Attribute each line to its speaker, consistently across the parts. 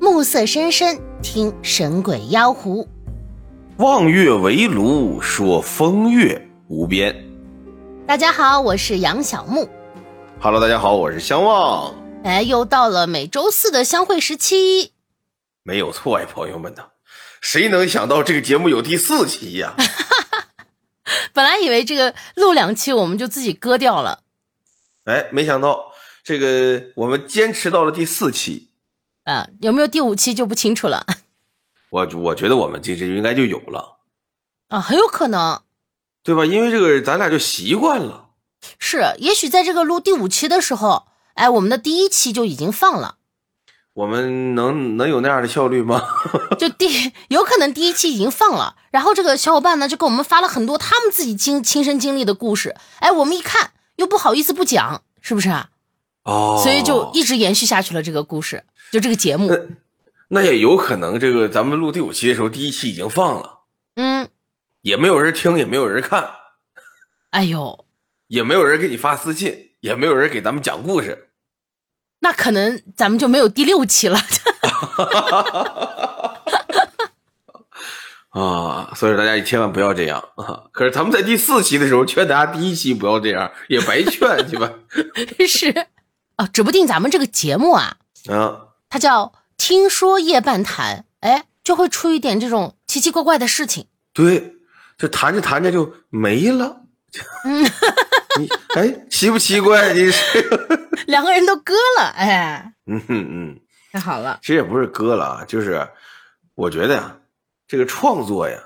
Speaker 1: 暮色深深，听神鬼妖狐。
Speaker 2: 望月为炉，说风月无边。
Speaker 1: 大家好，我是杨小木。
Speaker 2: Hello，大家好，我是相望，
Speaker 1: 哎，又到了每周四的相会时期。
Speaker 2: 没有错呀，朋友们呐，谁能想到这个节目有第四期 呀、
Speaker 1: 本来以为这个录两期我们就自己割掉了，
Speaker 2: 哎，没想到这个我们坚持到了第四期，
Speaker 1: 啊，有没有第五期就不清楚了
Speaker 2: 我我觉得我们这这应该就有了，
Speaker 1: 啊，很有可能
Speaker 2: 对吧？因为这个咱俩就习惯了。
Speaker 1: 是，也许在这个录第五期的时候，哎，我们的第一期就已经放了，
Speaker 2: 我们能能有那样的效率 吗？
Speaker 1: 就第 有可能第一期已经放了，然后这个小伙伴呢就给我们发了很多他们自己经亲身经历的故事，哎，我们一看又不好意思不讲，是不是啊？
Speaker 2: 哦
Speaker 1: 所以就一直延续下去了这个故事，就这个节目，
Speaker 2: 那也有可能，这个咱们录第五期的时候，第一期已经放了，
Speaker 1: 嗯，
Speaker 2: 也没有人听，也没有人看，
Speaker 1: 哎呦，
Speaker 2: 也没有人给你发私信，也没有人给咱们讲故事。
Speaker 1: 那可能咱们就没有第六期了。
Speaker 2: 啊，所以大家千万不要这样啊！可是咱们在第四期的时候劝大家第一期不要这样，也白劝去吧。
Speaker 1: 是啊，指不定咱们这个节目啊，
Speaker 2: 啊，
Speaker 1: 它叫《听说夜半谈》，哎，就会出一点这种奇奇怪怪的事情。
Speaker 2: 对，就谈着谈着就没了。你哎，奇不奇怪？你是，
Speaker 1: 两个人都割了，哎，
Speaker 2: 嗯嗯嗯，
Speaker 1: 太好了，
Speaker 2: 其实也不是割了啊，就是我觉得呀、这个创作呀，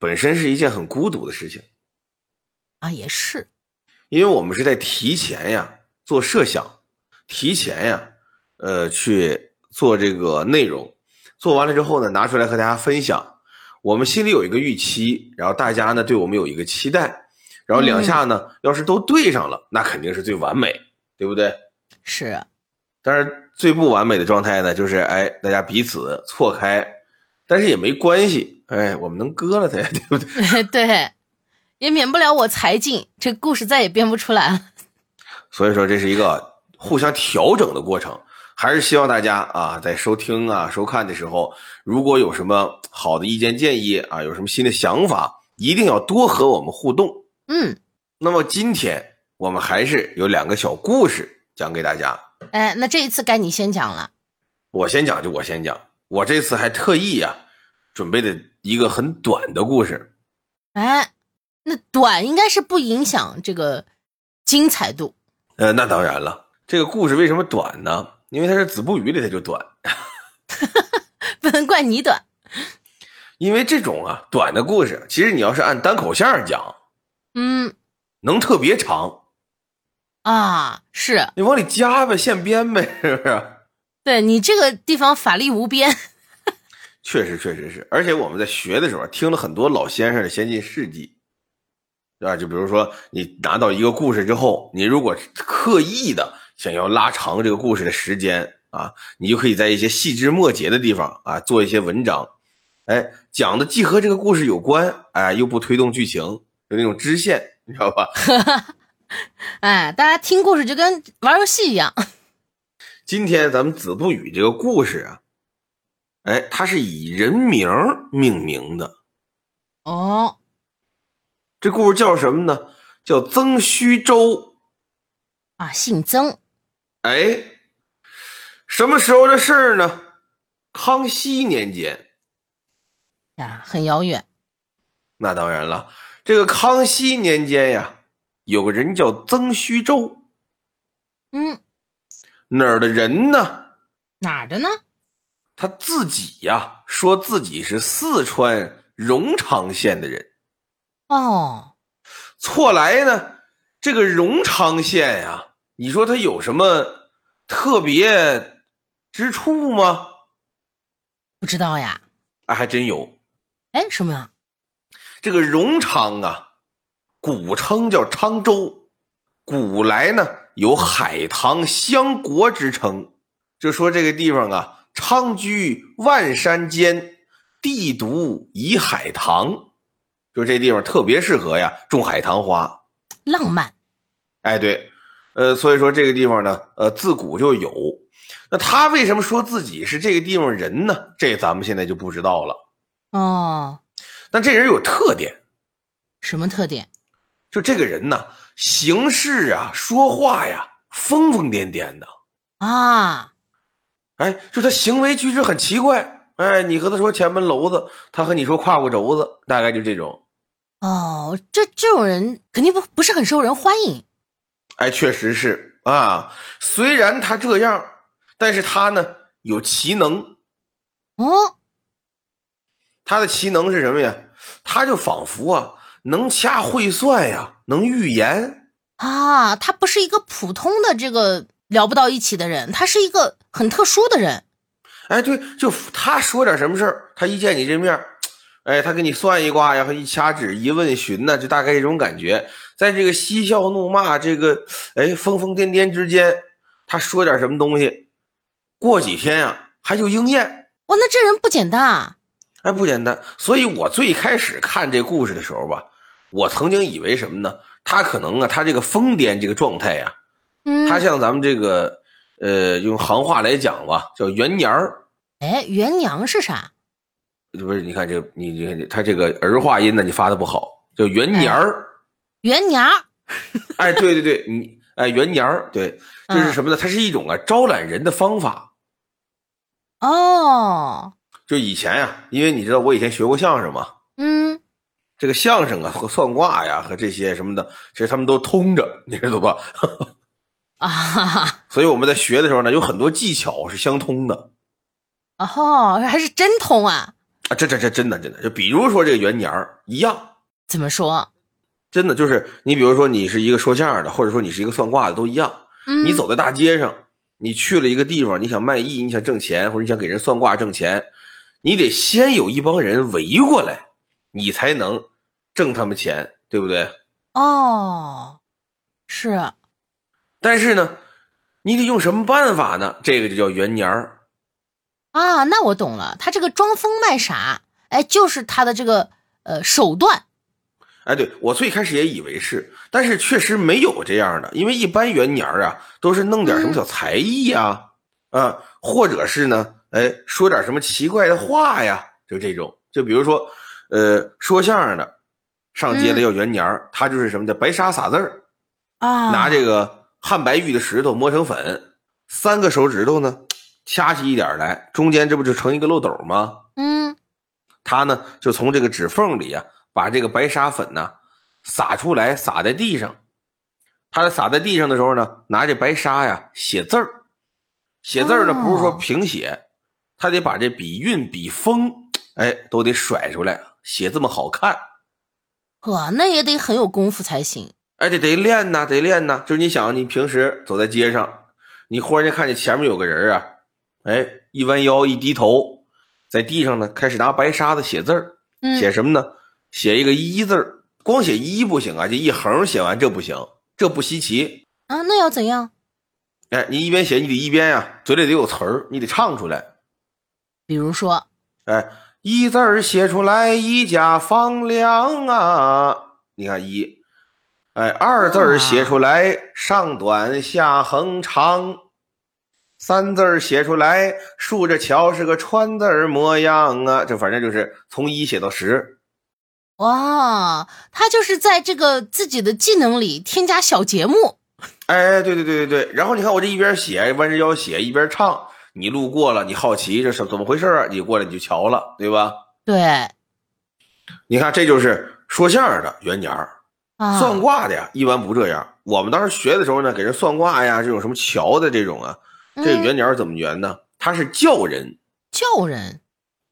Speaker 2: 本身是一件很孤独的事情，
Speaker 1: 啊，也是，
Speaker 2: 因为我们是在提前呀做设想，提前呀，呃，去做这个内容，做完了之后呢，拿出来和大家分享。我们心里有一个预期，然后大家呢对我们有一个期待，然后两下呢、要是都对上了，那肯定是最完美，对不对？
Speaker 1: 是
Speaker 2: 但是最不完美的状态呢，就是哎，大家彼此错开，但是也没关系，哎，我们能割了它呀，对不对？
Speaker 1: 对，也免不了我才尽，这故事再也编不出来了。
Speaker 2: 所以说这是一个互相调整的过程，还是希望大家啊，在收听啊、收看的时候，如果有什么好的意见建议啊，有什么新的想法，一定要多和我们互动。
Speaker 1: 嗯，
Speaker 2: 那么今天我们还是有两个小故事讲给大家，
Speaker 1: 哎，那这一次该你先讲了。
Speaker 2: 我先讲就我先讲，我这次还特意呀、准备的一个很短的故事。
Speaker 1: 哎，那短应该是不影响这个精彩度。
Speaker 2: 呃，那当然了，这个故事为什么短呢？因为它是子不语里它就短，
Speaker 1: 不能怪你短。
Speaker 2: 因为这种啊短的故事，其实你要是按单口相声讲，
Speaker 1: 嗯
Speaker 2: 能特别长，
Speaker 1: 啊，是
Speaker 2: 你往里加呗，现编呗，是不是？
Speaker 1: 对你这个地方法力无边。
Speaker 2: 确实，确实是。而且我们在学的时候听了很多老先生的先进事迹，对吧？就比如说，你拿到一个故事之后，你如果刻意的想要拉长这个故事的时间啊，你就可以在一些细枝末节的地方啊做一些文章，哎，讲的既和这个故事有关，哎，又不推动剧情，有那种支线，你知道吧？
Speaker 1: 哎，大家听故事就跟玩游戏一样。
Speaker 2: 今天咱们子不语这个故事啊，哎，它是以人名儿命名的。
Speaker 1: 哦，
Speaker 2: 这故事叫什么呢？叫曾虚舟。
Speaker 1: 啊，姓曾，
Speaker 2: 哎，什么时候的事儿呢？康熙年间。
Speaker 1: 呀，很遥远。
Speaker 2: 那当然了，这个康熙年间呀，有个人叫曾虚舟，
Speaker 1: 嗯，
Speaker 2: 哪儿的人呢？
Speaker 1: 哪儿的呢？
Speaker 2: 他自己呀，说自己是四川荣昌县的人。
Speaker 1: 哦，
Speaker 2: 错来呢，这个荣昌县呀，你说它有什么特别之处吗？
Speaker 1: 不知道呀。
Speaker 2: 哎，还真有。
Speaker 1: 哎，什么呀？
Speaker 2: 这个荣昌啊，古称叫昌州，古来呢有海棠香国之称，就说这个地方啊，昌居万山间，地独以海棠，就这地方特别适合呀种海棠花。
Speaker 1: 浪漫。
Speaker 2: 哎，对，呃，所以说这个地方呢，呃，自古就有。那他为什么说自己是这个地方人呢？这咱们现在就不知道了。
Speaker 1: 哦，
Speaker 2: 但这人有特点，
Speaker 1: 什么特点？
Speaker 2: 就这个人呢，行事啊，说话呀，疯疯癫癫的。
Speaker 1: 啊，
Speaker 2: 哎，就他行为举止很奇怪。哎，你和他说前门楼子，他和你说胯骨轴子，大概就这种。
Speaker 1: 哦，这这种人肯定不不是很受人欢迎。
Speaker 2: 哎，确实是啊。虽然他这样，但是他呢有奇能。
Speaker 1: 哦，
Speaker 2: 他的奇能是什么呀？他就仿佛啊能掐会算呀，能预言。
Speaker 1: 啊，他不是一个普通的这个聊不到一起的人，他是一个很特殊的人。
Speaker 2: 哎，对，就他说点什么事儿，他一见你这面儿，哎，他给你算一卦呀，然后一掐指一问询呐，就大概这种感觉。在这个嬉笑怒骂，这个哎疯疯癫癫之间，他说点什么东西，过几天呀、还就应验。
Speaker 1: 哇，那这人不简单啊！
Speaker 2: 哎，不简单。所以我最开始看这故事的时候吧，我曾经以为什么呢？他可能啊，他这个疯癫这个状态呀、
Speaker 1: 嗯，
Speaker 2: 他像咱们这个呃，用行话来讲吧，叫元年儿。
Speaker 1: 哎，元娘是啥？
Speaker 2: 不是，你看这，你你看这他这个儿化音呢，你发的不好，叫元年儿。
Speaker 1: 元娘
Speaker 2: 哎，对对对，你哎元年儿，对，这是
Speaker 1: 嗯
Speaker 2: 什么呢？它是一种啊招揽人的方法。
Speaker 1: 嗯哦，
Speaker 2: 就以前呀、因为你知道我以前学过相声嘛，
Speaker 1: 嗯，
Speaker 2: 这个相声啊和算卦呀和这些什么的，其实他们都通着， 你知道吧？
Speaker 1: 啊哈哈，
Speaker 2: 所以我们在学的时候呢，有很多技巧是相通的
Speaker 1: 哦，还是真通啊？
Speaker 2: 啊，这这这真的真的，就比如说这个元年儿一样，
Speaker 1: 怎么说？
Speaker 2: 真的就是你比如说你是一个说相声的，或者说你是一个算卦的，都一样。
Speaker 1: 嗯，
Speaker 2: 你走在大街上，你去了一个地方，你想卖艺，你想挣钱，或者你想给人算卦挣钱，你得先有一帮人围过来，你才能挣他们钱，对不对？
Speaker 1: 嗯哦，是
Speaker 2: 但是呢，你得用什么办法呢？这个就叫元年儿。
Speaker 1: 啊，那我懂了，他这个装疯卖傻，哎，就是他的这个呃手段
Speaker 2: 哎，对我最开始也以为是，但是确实没有这样的，因为一般元年儿啊都是弄点什么小才艺啊，啊，或者是呢，哎，说点什么奇怪的话呀，就这种，就比如说，呃，说相声的上街了要元年儿，他就是什么的白沙撒字儿，
Speaker 1: 啊，
Speaker 2: 拿这个汉白玉的石头磨成粉，三个手指头呢掐起一点儿来，中间这不就成一个漏斗吗？
Speaker 1: 嗯，
Speaker 2: 他呢就从这个指缝里啊，把这个白砂粉呢撒出来，撒在地上。他撒在地上的时候呢，拿这白砂呀写字儿，写字儿呢
Speaker 1: 哦
Speaker 2: 不是说平写，他得把这笔韵、笔锋，哎，都得甩出来，写这么好看，
Speaker 1: 呵，那也得很有功夫才行。
Speaker 2: 哎，得得练呐，得练呐。就是你想，你平时走在街上，你忽然间看见前面有个人啊，哎，一弯腰一低头，在地上呢开始拿白砂子写字儿，
Speaker 1: 嗯，
Speaker 2: 写什么呢？写一个一字儿，光写一不行啊，这一横写完这不行，这不稀奇。
Speaker 1: 啊，那要怎样？
Speaker 2: 哎，你一边写，你得一边呀、嘴里得有词儿，你得唱出来。
Speaker 1: 比如说，
Speaker 2: 哎，一字儿写出来，一家房梁啊，你看一。哎，二字儿写出来，上短下横长。三字儿写出来，竖着瞧是个川字儿模样啊，这反正就是从一写到十。
Speaker 1: 哇，哦他就是在这个自己的技能里添加小节目
Speaker 2: 哎，对对对对对。然后你看我这一边写，弯着腰写，一边唱。你路过了，你好奇这是怎么回事啊？你过来你就瞧了，对吧？
Speaker 1: 对
Speaker 2: 你看，这就是说相声的元年儿，
Speaker 1: 啊，
Speaker 2: 算卦的呀，一般不这样。我们当时学的时候呢，给人算卦呀，这种什么桥的这种啊，这个
Speaker 1: 嗯
Speaker 2: 元年儿怎么圆呢？他是叫人，
Speaker 1: 叫人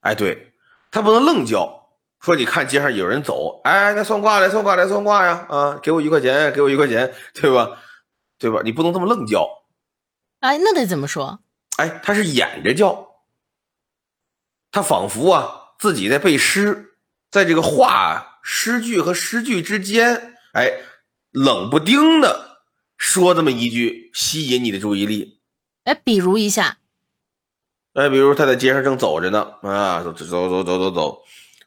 Speaker 2: 哎，对，他不能愣叫。说你看街上有人走，哎，那算卦来算卦来算卦呀，啊，给我一块钱，给我一块钱，对吧？对吧？你不能这么愣叫，
Speaker 1: 哎，那得怎么说？
Speaker 2: 哎，他是演着叫，他仿佛啊自己在背诗，在这个话诗句和诗句之间，哎，冷不丁的说这么一句，吸引你的注意力。
Speaker 1: 哎，比如一下，
Speaker 2: 哎，比如他在街上正走着呢，啊，走走走走走走，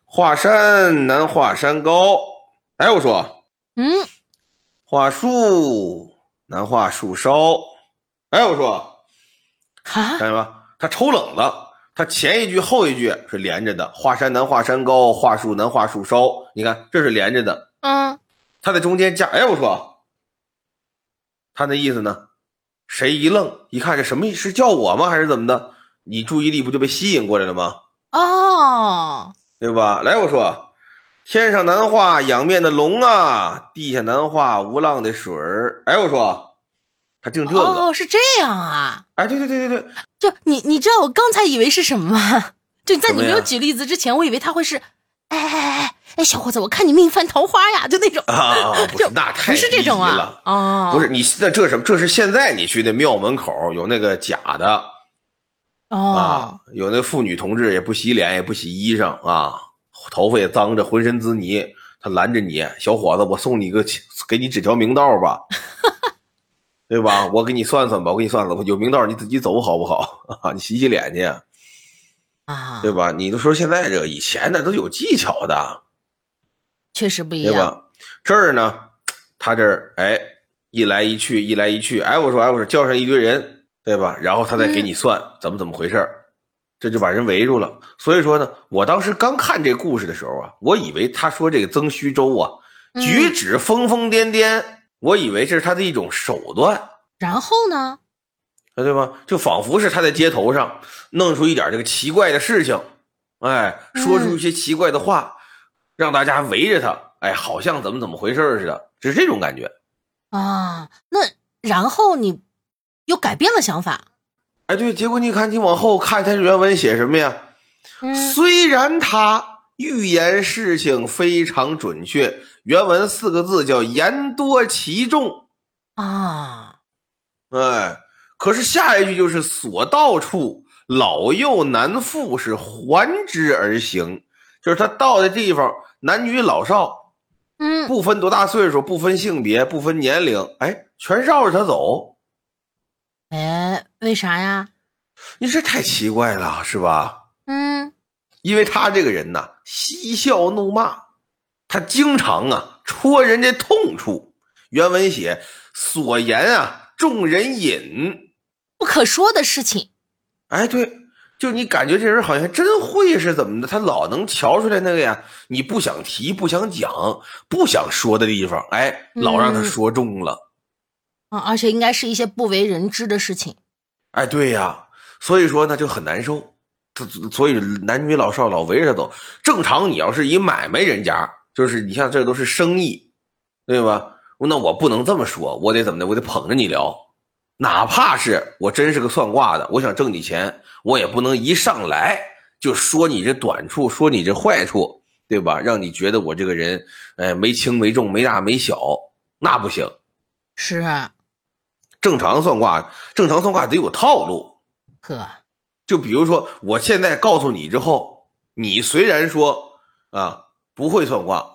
Speaker 2: 华山难华山高，哎，我说
Speaker 1: 嗯，
Speaker 2: 桦树难桦树梢，哎，我说
Speaker 1: 啊
Speaker 2: 看见吗？他抽冷子，他前一句后一句是连着的。华山南华山高，桦树南桦树梢。你看，这是连着的。
Speaker 1: 嗯，
Speaker 2: 他在中间加，哎，我说，他那意思呢？谁一愣一看，这什么意思是叫我吗？还是怎么的？你注意力不就被吸引过来了吗？
Speaker 1: 哦，
Speaker 2: 对吧？来，我说，天上南化仰面的龙啊，地下南化无浪的水儿。哎，我说，他净这个，
Speaker 1: 哦，是这样啊。
Speaker 2: 哎，对对对对对，
Speaker 1: 就你，你知道我刚才以为是什么吗？就在你没
Speaker 2: 什么
Speaker 1: 有
Speaker 2: 呀
Speaker 1: 举例子之前，我以为他会是，哎哎哎哎哎，小伙子，我看你命犯桃花呀，就那种，
Speaker 2: 啊，不
Speaker 1: 就是
Speaker 2: 那太
Speaker 1: 不是这种
Speaker 2: 低级
Speaker 1: 啊
Speaker 2: 了，
Speaker 1: 哦，
Speaker 2: 不是你那这是什么？这是现在你去那庙门口有那个假的
Speaker 1: 哦
Speaker 2: 啊，，有那妇女同志也不洗脸也不洗衣裳啊，头发也脏着，浑身滋泥。他拦着你，小伙子，我送你一个，给你指条明道吧， 对吧？我给你算算吧，我给你算算，有明道你自己走好不好？啊，你洗洗脸去，
Speaker 1: 啊
Speaker 2: 对，吧？你都说现在这个，以前那都有技巧的，
Speaker 1: 确实不一
Speaker 2: 对
Speaker 1: 样。
Speaker 2: 吧？这儿呢，他这儿哎，一来一去，一来一去，哎，我说，哎，我说，叫上一堆人，对吧？然后他再给你算怎么怎么回事儿，这就把人围住了。所以说呢，我当时刚看这故事的时候啊，我以为他说这个曾虚州啊，
Speaker 1: 嗯
Speaker 2: 举止疯疯癫癫，我以为这是他的一种手段，
Speaker 1: 然后呢？
Speaker 2: 啊，对吧？就仿佛是他在街头上弄出一点这个奇怪的事情，哎，说出一些奇怪的话，让大家围着他，哎，好像怎么怎么回事儿似的，是这种感觉。
Speaker 1: 啊，那然后你又改变了想法，
Speaker 2: 哎，对，结果你看，你往后看他原文写什么呀？
Speaker 1: 嗯
Speaker 2: 虽然他预言事情非常准确，原文四个字叫“言多其重
Speaker 1: 啊，”，
Speaker 2: 哎，可是下一句就是“所到处老幼男妇是环之而行”，就是他到的地方，男女老少
Speaker 1: 嗯，
Speaker 2: 不分多大岁数，不分性别，不分年龄，哎，全绕着他走，
Speaker 1: 哎，为啥呀？
Speaker 2: 你这太奇怪了，是吧？
Speaker 1: 嗯，
Speaker 2: 因为他这个人呐，嬉笑怒骂，他经常啊戳人家痛处。原文写所言啊，众人引。
Speaker 1: 不可说的事情，
Speaker 2: 哎，对，就你感觉这人好像真会是怎么的，他老能瞧出来那个呀，你不想提、不想讲、不想说的地方，哎，老让他
Speaker 1: 嗯
Speaker 2: 说中了。
Speaker 1: 啊，而且应该是一些不为人知的事情。
Speaker 2: 哎，对呀，所以说呢就很难受，这所以男女老少老围着他走。正常你要是一买卖人家，就是你像这都是生意，对吧？那我不能这么说，我得怎么的？我得捧着你聊，哪怕是我真是个算卦的，我想挣你钱，我也不能一上来就说你这短处，说你这坏处，对吧？让你觉得我这个人，哎，没轻没重，没大没小，那不行。
Speaker 1: 是，啊
Speaker 2: 正常算卦，正常算卦得有套路，
Speaker 1: 呵，
Speaker 2: 就比如说，我现在告诉你之后，你虽然说啊不会算卦，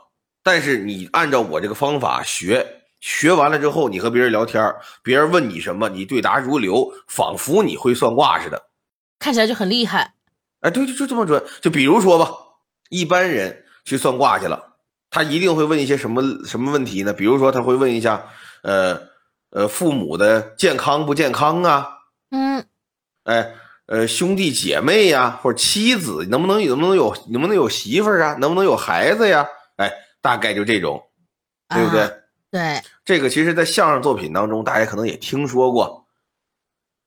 Speaker 2: 但是你按照我这个方法学，学完了之后，你和别人聊天儿，别人问你什么，你对答如流，仿佛你会算卦似的。
Speaker 1: 看起来就很厉害。
Speaker 2: 哎，对，就就这么准。就比如说吧，一般人去算卦去了，他一定会问一些什么什么问题呢？比如说，他会问一下，呃呃，父母的健康不健康啊？
Speaker 1: 嗯
Speaker 2: 哎，呃，兄弟姐妹呀、或者妻子，能不能能不能有能不能有媳妇儿啊？能不能有孩子呀？哎，大概就这种，对不对？
Speaker 1: 啊对，
Speaker 2: 这个其实，在相声作品当中，大家可能也听说过。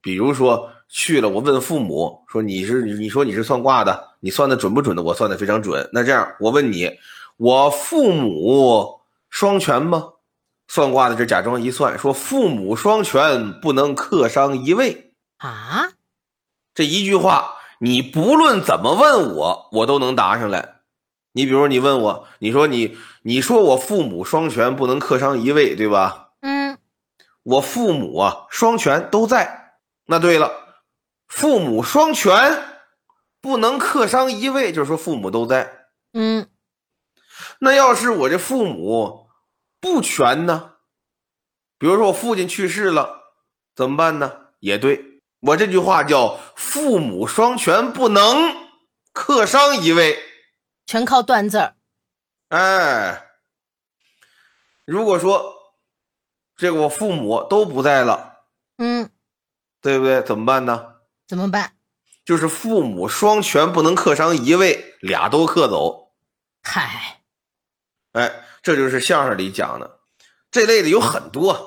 Speaker 2: 比如说去了，我问父母说你是你说你是算卦的，你算的准不准的？我算的非常准。那这样，我问你，我父母双全吗？算卦的这假装一算，说父母双全，不能克伤一位。
Speaker 1: 啊，
Speaker 2: 这一句话，你不论怎么问我，我都能答上来。你比如你问我，你说你你说我父母双全不能克伤一位，对吧？
Speaker 1: 嗯
Speaker 2: 我父母啊双全都在。那对了，父母双全不能克伤一位，就是说父母都在。
Speaker 1: 嗯，
Speaker 2: 那要是我这父母不全呢？比如说我父亲去世了，怎么办呢？也对我这句话叫“父母双全不能克伤一位”。
Speaker 1: 全靠断字儿。
Speaker 2: 哎，如果说这个我父母都不在了，
Speaker 1: 嗯
Speaker 2: 对不对？怎么办呢？
Speaker 1: 怎么办？
Speaker 2: 就是父母双全不能克伤一位，俩都克走。
Speaker 1: 嗨，
Speaker 2: 哎，这就是相声里讲的，这类的有很多，啊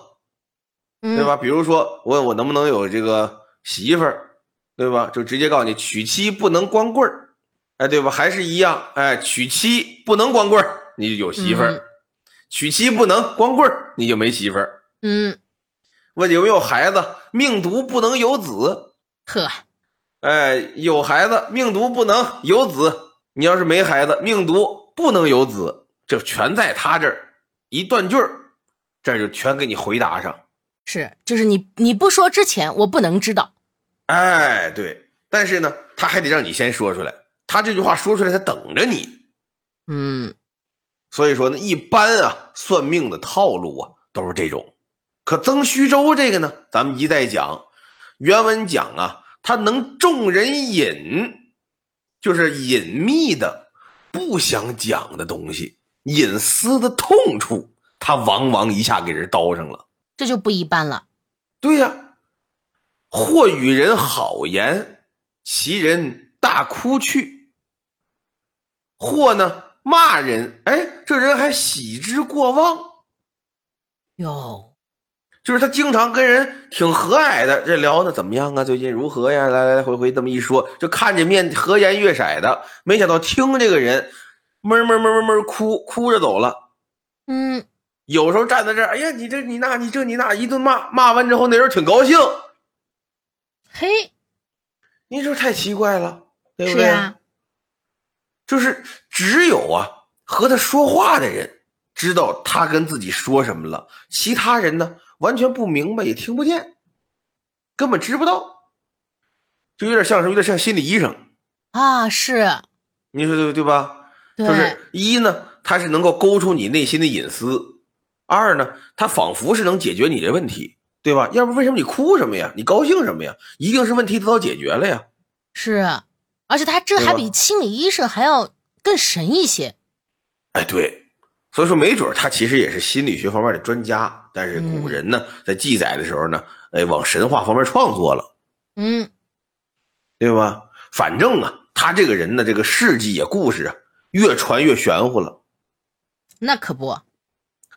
Speaker 1: 嗯，
Speaker 2: 对吧？比如说问我能不能有这个媳妇儿，对吧？就直接告诉你，娶妻不能光棍儿，哎，对吧？还是一样，哎，娶妻不能光棍儿，你就有媳妇儿；
Speaker 1: 嗯
Speaker 2: 娶妻不能光棍儿，你就没媳妇儿。
Speaker 1: 嗯，
Speaker 2: 问有没有孩子，命途不能有子。
Speaker 1: 呵，
Speaker 2: 哎，有孩子命途不能有子。你要是没孩子，命途不能有子。这全在他这儿，一断句儿，这就全给你回答上。
Speaker 1: 是，就是你你不说之前，我不能知道。
Speaker 2: 哎，对，但是呢，他还得让你先说出来。他这句话说出来，他等着你。
Speaker 1: 嗯，
Speaker 2: 所以说呢，一般啊，算命的套路啊都是这种。可曾虚舟这个呢，咱们一再讲，原文讲啊，它能众人隐，就是隐秘的、不想讲的东西，隐私的痛处，他往往一下给人叨上了。
Speaker 1: 这就不一般了。
Speaker 2: 对呀、或与人好言，其人大哭去；或呢骂人，哎，这人还喜之过望。
Speaker 1: 哟，
Speaker 2: 就是他经常跟人挺和蔼的，这聊的怎么样啊？最近如何呀？来来回回这么一说，就看见面和颜悦色的，没想到听这个人，闷闷闷闷闷哭哭着走了。
Speaker 1: 嗯，
Speaker 2: 有时候站在这儿，哎呀，你这你那，你这你那，一顿骂，骂完之后那人挺高兴，
Speaker 1: 嘿，
Speaker 2: 你说太奇怪了，对不
Speaker 1: 是啊
Speaker 2: 对？
Speaker 1: 呀、
Speaker 2: 就是只有啊和他说话的人知道他跟自己说什么了，其他人呢完全不明白，也听不见，根本知不道，就有点像什么，有点像心理医生，
Speaker 1: 啊，是，
Speaker 2: 你说对对吧？
Speaker 1: 对，
Speaker 2: 就是一呢，他是能够勾出你内心的隐私；二呢，他仿佛是能解决你的问题，对吧？要不为什么你哭什么呀？你高兴什么呀？一定是问题得到解决了呀。
Speaker 1: 是，而且他这
Speaker 2: 对
Speaker 1: 还
Speaker 2: 吧
Speaker 1: 比心理医生还要更神一些。
Speaker 2: 哎，对，所以说没准儿他其实也是心理学方面的专家，但是古人呢，在记载的时候呢，哎，往神话方面创作了，
Speaker 1: 嗯，
Speaker 2: 对吧？反正啊，他这个人呢，这个事迹也故事啊，越传越玄乎了，
Speaker 1: 那可不，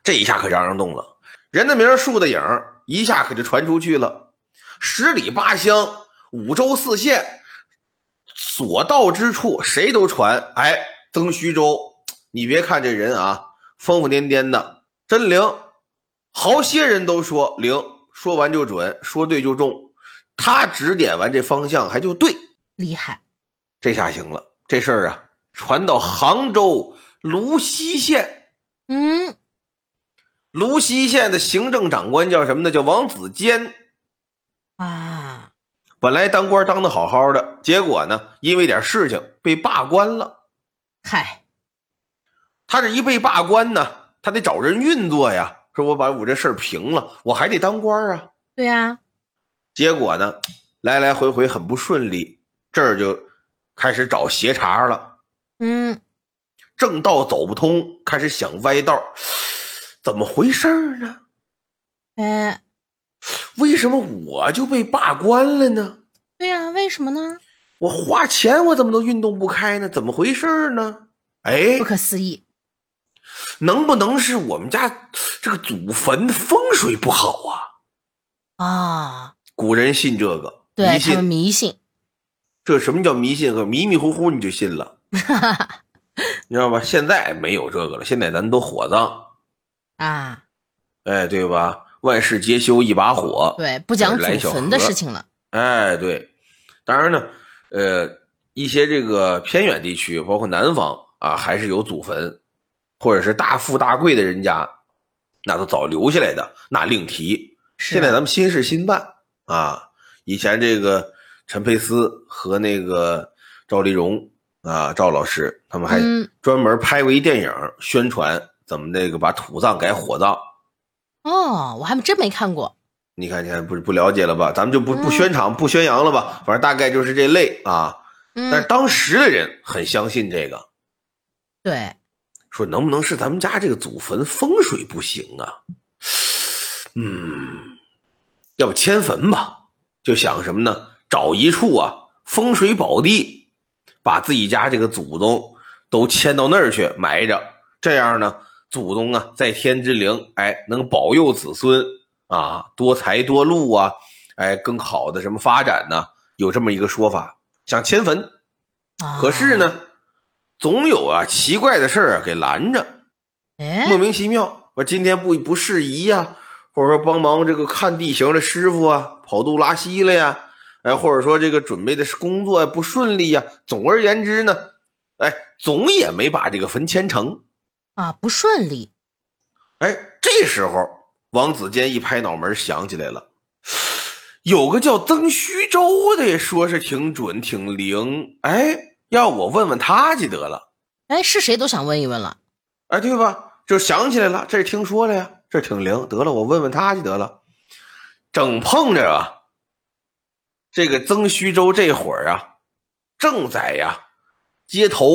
Speaker 2: 这一下可让人动了，人的名儿树的影儿，一下可就传出去了，十里八乡，五州四县，所到之处谁都传。哎，曾虚州，你别看这人啊，疯疯癫癫的，真灵。好些人都说灵，说完就准，说对就中。他指点完这方向还就对，
Speaker 1: 厉害。
Speaker 2: 这下行了。这事儿啊，传到杭州泸溪县，
Speaker 1: 嗯，
Speaker 2: 泸溪县的行政长官叫什么呢？叫王子坚。
Speaker 1: 啊，
Speaker 2: 本来当官当的好好的，结果呢，因为点事情被罢官了。
Speaker 1: 嗨，
Speaker 2: 他这一被罢官呢，他得找人运作呀，说我把我这事儿平了，我还得当官啊。
Speaker 1: 对呀、
Speaker 2: 结果呢，来来回回很不顺利，这儿就开始找邪茬了，
Speaker 1: 嗯，
Speaker 2: 正道走不通，开始想歪道，怎么回事儿呢？
Speaker 1: 哎，
Speaker 2: 为什么我就被罢官了呢？
Speaker 1: 对呀、为什么呢？
Speaker 2: 我花钱我怎么都运动不开呢？怎么回事儿呢？哎
Speaker 1: 不，可思议。
Speaker 2: 能不能是我们家这个祖坟风水不好啊？
Speaker 1: 啊，
Speaker 2: 古人信这个，迷
Speaker 1: 对他们
Speaker 2: 信。
Speaker 1: 迷信，
Speaker 2: 这什么叫迷信和迷迷糊糊你就信 了，你知道吧？现在没有这个了，现在咱都火葬，
Speaker 1: 啊，
Speaker 2: 哎，对吧？万事皆休一把火，
Speaker 1: 对，不讲
Speaker 2: 哦来
Speaker 1: 祖
Speaker 2: 小
Speaker 1: 坟的
Speaker 2: 河
Speaker 1: 事情了。
Speaker 2: 哎，对，当然呢，呃，一些这个偏远地区，包括南方啊，还是有祖坟，或者是大富大贵的人家，那都早留下来的，那另提。
Speaker 1: 是啊
Speaker 2: 现在咱们新事新办啊，以前这个陈佩斯和那个赵丽蓉啊，赵老师他们还
Speaker 1: 嗯
Speaker 2: 专门拍过一电影宣传怎么那个把土葬改火葬。
Speaker 1: 哦，我还真没看过。
Speaker 2: 你看，你看，不不了解了吧？咱们就不不
Speaker 1: 嗯
Speaker 2: 宣传、不宣扬了吧？反正大概就是这类啊。但
Speaker 1: 嗯
Speaker 2: 是，当时的人很相信这个，
Speaker 1: 对，
Speaker 2: 说能不能是咱们家这个祖坟风水不行啊？嗯，要不迁坟吧？就想什么呢？找一处啊风水宝地，把自己家这个祖宗都迁到那儿去埋着，这样呢，祖宗啊在天之灵，哎，能保佑子孙啊多财多禄啊，哎，更好的什么发展呢？有这么一个说法，想迁坟，
Speaker 1: 啊
Speaker 2: 可是，呢，总有啊奇怪的事儿啊给拦着。
Speaker 1: 哎
Speaker 2: 莫，名其妙，我今天不不适宜呀、或者说帮忙这个看地形的师傅啊，跑肚拉稀了呀，哎，或者说这个准备的工作啊不顺利呀、总而言之呢，哎，总也没把这个坟迁成。
Speaker 1: 啊，不顺利，
Speaker 2: 哎，这时候王子坚一拍脑门儿，想起来了，有个叫曾虚周的，说是挺准挺灵，哎，要我问问他去得了。
Speaker 1: 哎，是谁都想问一问了。
Speaker 2: 哎，对吧？就想起来了，这听说了呀，这挺灵，得了，我问问他去得了。整碰着啊，这个曾虚州这会儿啊，正在呀街头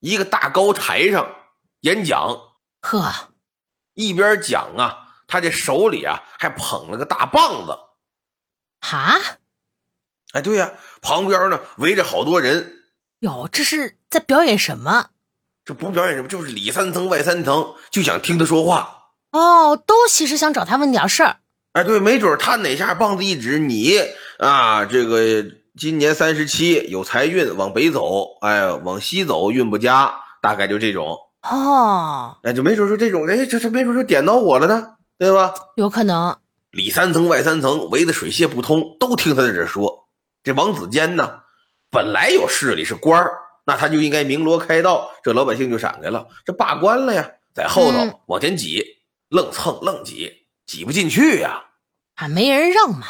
Speaker 2: 一个大高台上演讲，
Speaker 1: 呵，
Speaker 2: 一边讲啊，他这手里啊还捧了个大棒子。
Speaker 1: 哈，
Speaker 2: 哎，对呀、旁边呢围着好多人，
Speaker 1: 哟，这是在表演什么？
Speaker 2: 这不表演什么，就是里三层外三层，就想听他说话。
Speaker 1: 哦，都其实想找他问点事儿。
Speaker 2: 哎，对，没准儿他哪下棒子一指你啊，这个今年三十七，有财运往北走，哎，往西走运不佳，大概就这种，
Speaker 1: 哦，
Speaker 2: 哎，就没准说这种，哎，这这没准就点到我了呢，对吧？
Speaker 1: 有可能。
Speaker 2: 里三层外三层，围得水泄不通，都听他在这说。这王子坚呢，本来有势力是官儿，那他就应该鸣锣开道，这老百姓就闪开了，这罢官了呀，在后
Speaker 1: 嗯
Speaker 2: 头往前挤，愣蹭愣挤，挤不进去呀、
Speaker 1: 啊，没人让嘛。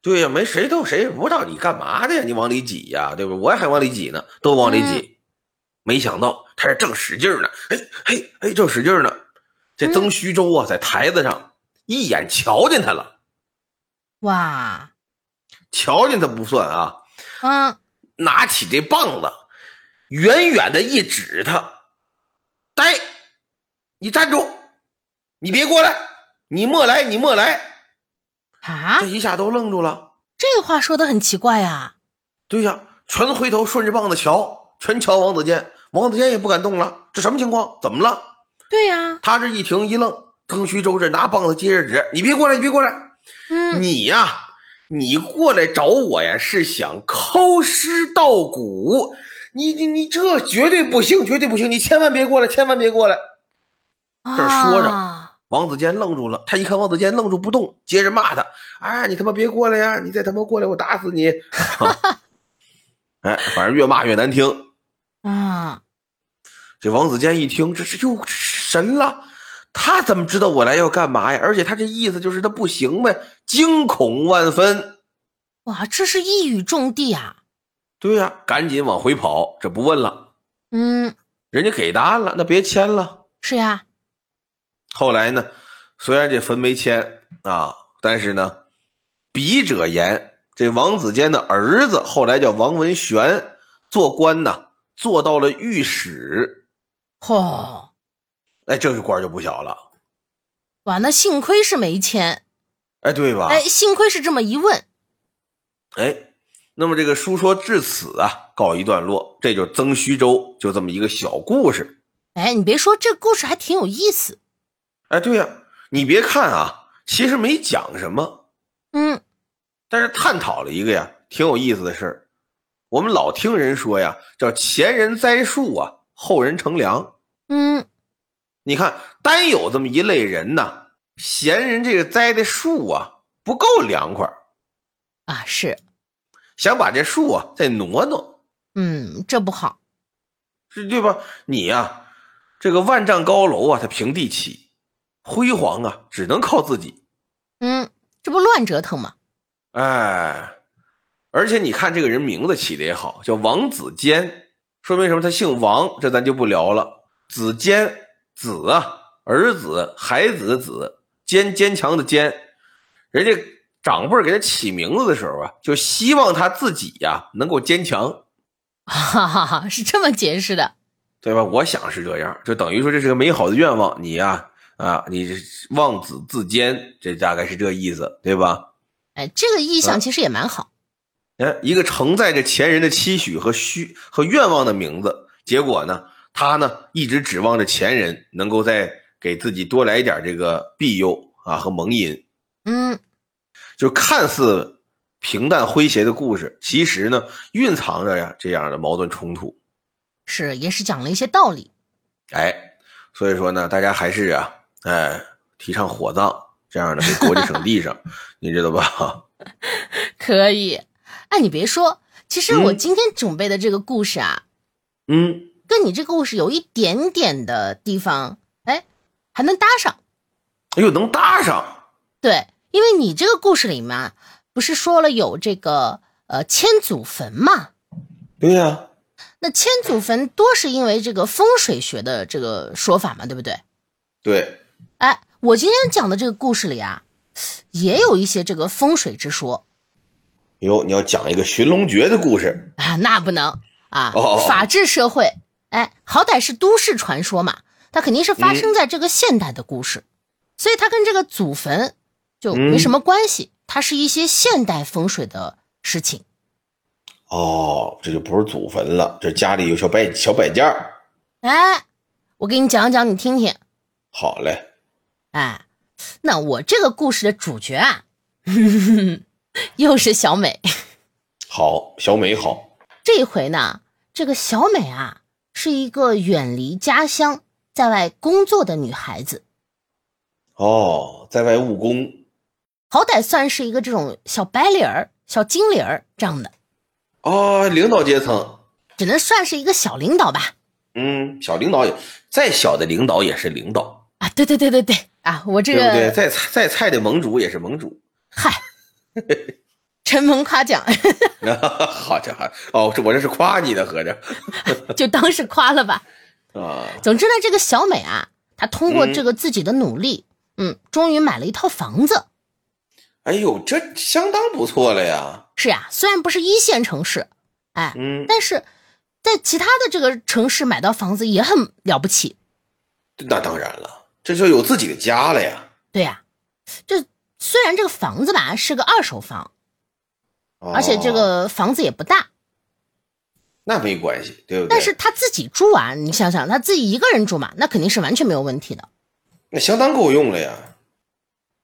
Speaker 2: 对呀、没谁都谁不知道你干嘛的呀，你往里挤呀、对不对？我还往里挤呢，都往里
Speaker 1: 嗯
Speaker 2: 挤。没想到他这正使劲儿呢，哎嘿哎，正使劲儿呢，这
Speaker 1: 嗯
Speaker 2: 曾虚舟啊，在台子上一眼瞧见他了，
Speaker 1: 哇，
Speaker 2: 瞧见他不算啊，
Speaker 1: 嗯，
Speaker 2: 拿起这棒子，远远的一指他，呆，你站住，你别过来，你莫来，你莫来，
Speaker 1: 啊
Speaker 2: 这，一下都愣住了。
Speaker 1: 这话说的很奇怪啊呀、
Speaker 2: 对呀，全回头顺着棒子瞧，全瞧王子健。王子健也不敢动了，这什么情况？怎么了？
Speaker 1: 对呀、
Speaker 2: 他这一停一愣，曾虚周这拿棒子接着指：“你别过来，你别过来！
Speaker 1: 嗯，
Speaker 2: 你呀、你过来找我呀，是想抠尸盗骨？你你你这绝对不行，绝对不行！你千万别过来，千万别过来！”这儿说着
Speaker 1: 啊
Speaker 2: 王子健愣住了，他一看王子健愣住不动，接着骂他：“哎，你他妈别过来呀！你再他妈过来，我打死你！” 哎，反正越骂越难听。
Speaker 1: 啊，
Speaker 2: 这王子健一听，这是又神了，他怎么知道我来要干嘛呀？而且他这意思就是他不行呗，惊恐万分。
Speaker 1: 哇，这是一语中的啊。
Speaker 2: 对呀、赶紧往回跑，这不问了，
Speaker 1: 嗯，
Speaker 2: 人家给答案了，那别签了。
Speaker 1: 是呀，
Speaker 2: 后来呢，虽然这坟没签啊，但是呢，笔者言，这王子坚的儿子后来叫王文玄，做官呢，做到了御史，
Speaker 1: 嚯，
Speaker 2: 哎，这个官儿就不小了，
Speaker 1: 哇，那幸亏是没签，
Speaker 2: 哎，对吧？
Speaker 1: 哎，幸亏是这么一问，
Speaker 2: 哎，那么这个书说至此啊，告一段落。这就是曾虚州就这么一个小故事。
Speaker 1: 哎，你别说，这故事还挺有意思。
Speaker 2: 哎，对呀、你别看啊，其实没讲什么，
Speaker 1: 嗯，
Speaker 2: 但是探讨了一个呀，挺有意思的事儿。我们老听人说呀，叫前人栽树啊，后人乘凉。
Speaker 1: 嗯，
Speaker 2: 你看，单有这么一类人呐，嫌人这个栽的树啊不够凉快儿，
Speaker 1: 啊是，
Speaker 2: 想把这树啊再挪挪。
Speaker 1: 嗯，这不好。
Speaker 2: 是对吧？你呀、这个万丈高楼啊，它平地起，辉煌啊，只能靠自己。
Speaker 1: 嗯，这不乱折腾吗？
Speaker 2: 哎，而且你看这个人名字起的也好，叫王子坚，说明什么？他姓王，这咱就不聊了。子坚，子啊，儿子，孩子的子，坚坚强的坚。人家长辈儿给他起名字的时候啊，就希望他自己呀、能够坚强，
Speaker 1: 哈哈哈，是这么解释的。
Speaker 2: 对吧？我想是这样，就等于说这是个美好的愿望，你呀啊你这望子自坚，这大概是这意思，对吧？
Speaker 1: 哎，这个意象
Speaker 2: 嗯
Speaker 1: 其实也蛮好。
Speaker 2: 你看，一个承载着前人的期许和需和愿望的名字，结果呢，他呢一直指望着前人能够再给自己多来一点这个庇佑啊和蒙荫。
Speaker 1: 嗯，
Speaker 2: 就看似平淡诙谐的故事，其实呢蕴藏着呀这样的矛盾冲突。
Speaker 1: 是也是讲了一些道理。
Speaker 2: 哎，所以说呢，大家还是啊，哎，提倡火葬这样的给国家省地上， 你知道吧？
Speaker 1: 可以，哎，你别说，其实我
Speaker 2: 嗯
Speaker 1: 今天准备的这个故事啊，
Speaker 2: 嗯，
Speaker 1: 跟你这个故事有一点点的地方，哎，还能搭上。
Speaker 2: 哎呦，能搭上，
Speaker 1: 对，因为你这个故事里面啊不是说了有这个呃千祖坟嘛？
Speaker 2: 对呀、
Speaker 1: 那千祖坟多是因为这个风水学的这个说法嘛，对不对？
Speaker 2: 对，
Speaker 1: 哎，我今天讲的这个故事里啊，也有一些这个风水之说
Speaker 2: 哟，你要讲一个寻龙诀的故事，
Speaker 1: 啊，那不能啊
Speaker 2: 哦哦哦，
Speaker 1: 法治社会，哎，好歹是都市传说嘛，它肯定是发
Speaker 2: 嗯
Speaker 1: 生在这个现代的故事，所以它跟这个祖坟就
Speaker 2: 嗯
Speaker 1: 没什么关系，它是一些现代风水的事情。
Speaker 2: 哦，这就不是祖坟了，这家里有小摆小摆件儿。
Speaker 1: 哎，我给你讲讲，你听听。
Speaker 2: 好嘞，
Speaker 1: 哎，那我这个故事的主角啊， 又是小美。
Speaker 2: 好，小美好，
Speaker 1: 这回呢，这个小美啊，是一个远离家乡，在外工作的女孩子，
Speaker 2: 哦，在外务工，
Speaker 1: 好歹算是一个这种小白领儿、小经理儿这样的，
Speaker 2: 哦，领导阶层，
Speaker 1: 只能算是一个小领导吧。
Speaker 2: 嗯，小领导也，再小的领导也是领导，
Speaker 1: 啊，对对对对对，啊，我这
Speaker 2: 对不对？
Speaker 1: 个
Speaker 2: 再菜再菜的盟主也是盟主，
Speaker 1: 嗨，承蒙夸奖，
Speaker 2: 好家伙，哦，这我这是夸你呢，合着
Speaker 1: 就当是夸了吧。
Speaker 2: 啊，
Speaker 1: 总之呢，这个小美啊，她通过
Speaker 2: 嗯
Speaker 1: 这个自己的努力，嗯终于买了一套房子。
Speaker 2: 哎呦，这相当不错了呀，
Speaker 1: 是呀、虽然不是一线城市，哎，
Speaker 2: 嗯，
Speaker 1: 但是在其他的这个城市买到房子也很了不起。
Speaker 2: 那当然了，这就有自己的家了呀，
Speaker 1: 对呀、这虽然这个房子吧是个二手房，
Speaker 2: 哦
Speaker 1: 而且这个房子也不大，
Speaker 2: 那没关系，对不对？
Speaker 1: 但是她自己住啊，你想想，她自己一个人住嘛，那肯定是完全没有问题的。
Speaker 2: 那相当够用了呀，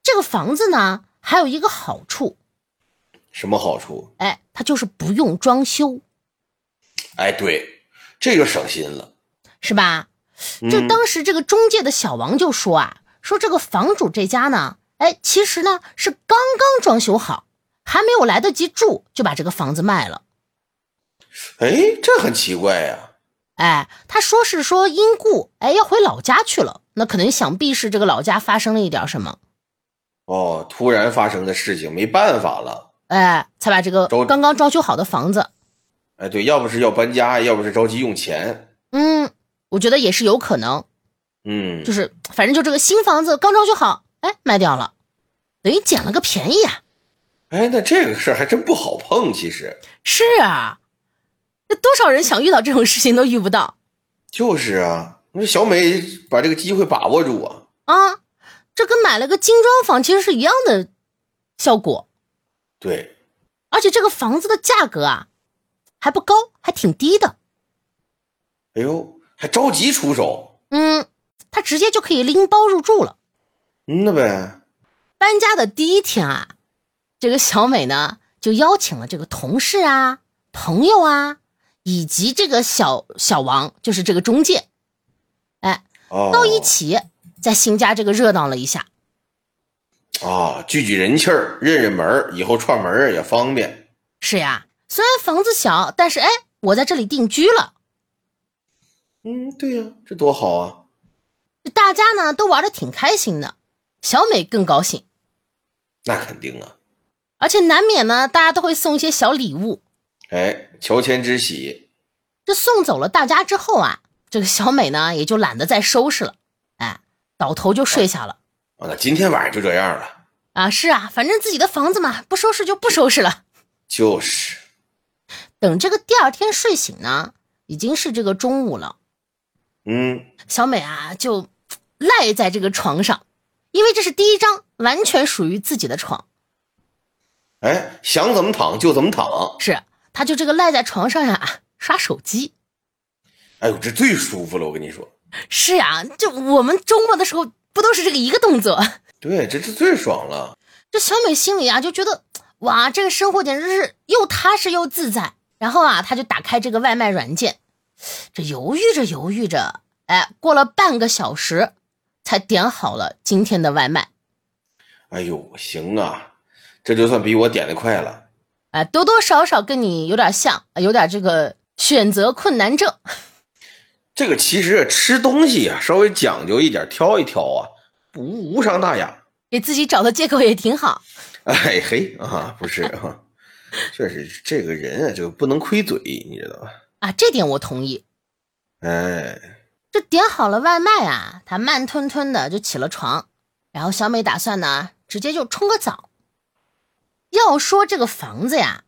Speaker 1: 这个房子呢，还有一个好处，
Speaker 2: 什么好处？
Speaker 1: 哎，它就是不用装修，
Speaker 2: 哎，对，这就省心了。
Speaker 1: 是吧？就
Speaker 2: 嗯
Speaker 1: 当时这个中介的小王就说啊，说这个房主这家呢，哎，其实呢是刚刚装修好，还没有来得及住，就把这个房子卖了。
Speaker 2: 哎，这很奇怪呀、
Speaker 1: 哎，他说是说因故，哎，要回老家去了，那可能想必是这个老家发生了一点什么，
Speaker 2: 哦，突然发生的事情，没办法了。
Speaker 1: 哎，才把这个
Speaker 2: 着急
Speaker 1: 刚刚装修好的房子，
Speaker 2: 哎，对，要不是要搬家，要不是着急用钱。
Speaker 1: 嗯，我觉得也是有可能，
Speaker 2: 嗯
Speaker 1: 就，是反正就这个新房子刚装修好，哎，卖掉了，等于捡了个便宜啊。
Speaker 2: 哎，那这个事儿还真不好碰。其实
Speaker 1: 是啊，那多少人想遇到这种事情都遇不到。
Speaker 2: 就是啊，那小美把这个机会把握住啊。
Speaker 1: 啊，这跟买了个精装房其实是一样的效果，
Speaker 2: 对，
Speaker 1: 而且这个房子的价格啊还不高，还挺低的。
Speaker 2: 哎呦，还着急出手，
Speaker 1: 嗯，他直接就可以拎包入住了。
Speaker 2: 嗯那呗。
Speaker 1: 搬家的第一天啊，这个小美呢就邀请了这个同事啊、朋友啊，以及这个小小王，就是这个中介，哎，
Speaker 2: 哦，
Speaker 1: 到一起在新家这个热闹了一下。
Speaker 2: 啊，聚聚人气儿，认认门儿，以后串门儿也方便。
Speaker 1: 是呀，虽然房子小，但是哎，我在这里定居了。
Speaker 2: 嗯，对呀、这多好啊。
Speaker 1: 大家呢都玩的挺开心的，小美更高兴，
Speaker 2: 那肯定啊。
Speaker 1: 而且难免呢大家都会送一些小礼物。
Speaker 2: 哎，乔迁之喜，
Speaker 1: 这送走了大家之后啊，这个小美呢也就懒得再收拾了，哎，倒头就睡下了。
Speaker 2: 啊，那今天晚上就这样了。
Speaker 1: 啊，是啊，反正自己的房子嘛，不收拾就不收拾了。
Speaker 2: 就是，
Speaker 1: 等这个第二天睡醒呢，已经是这个中午了。
Speaker 2: 嗯，
Speaker 1: 小美啊就赖在这个床上，因为这是第一张完全属于自己的床。
Speaker 2: 哎，想怎么躺就怎么躺，
Speaker 1: 是，他就这个赖在床上呀、刷手机。
Speaker 2: 哎呦，这最舒服了，我跟你说，
Speaker 1: 是呀、就我们周末的时候不都是这个一个动作？
Speaker 2: 对，这这最爽了，
Speaker 1: 这小美心里啊就觉得，哇，这个生活简直是又踏实又自在。然后啊，她就打开这个外卖软件，这犹豫着犹豫着，哎，过了半个小时，才点好了今天的外卖。
Speaker 2: 哎呦，行啊，这就算比我点的快了，
Speaker 1: 啊，多多少少跟你有点像，有点这个选择困难症。
Speaker 2: 这个其实吃东西啊，稍微讲究一点，挑一挑啊，无无伤大雅。
Speaker 1: 给自己找的借口也挺好。
Speaker 2: 哎嘿啊，不是啊，确实这个人啊就不能亏嘴，你知道吧？
Speaker 1: 啊，这点我同意。
Speaker 2: 哎，
Speaker 1: 这点好了外卖啊，他慢吞吞的就起了床，然后小美打算呢，直接就冲个澡。要说这个房子呀，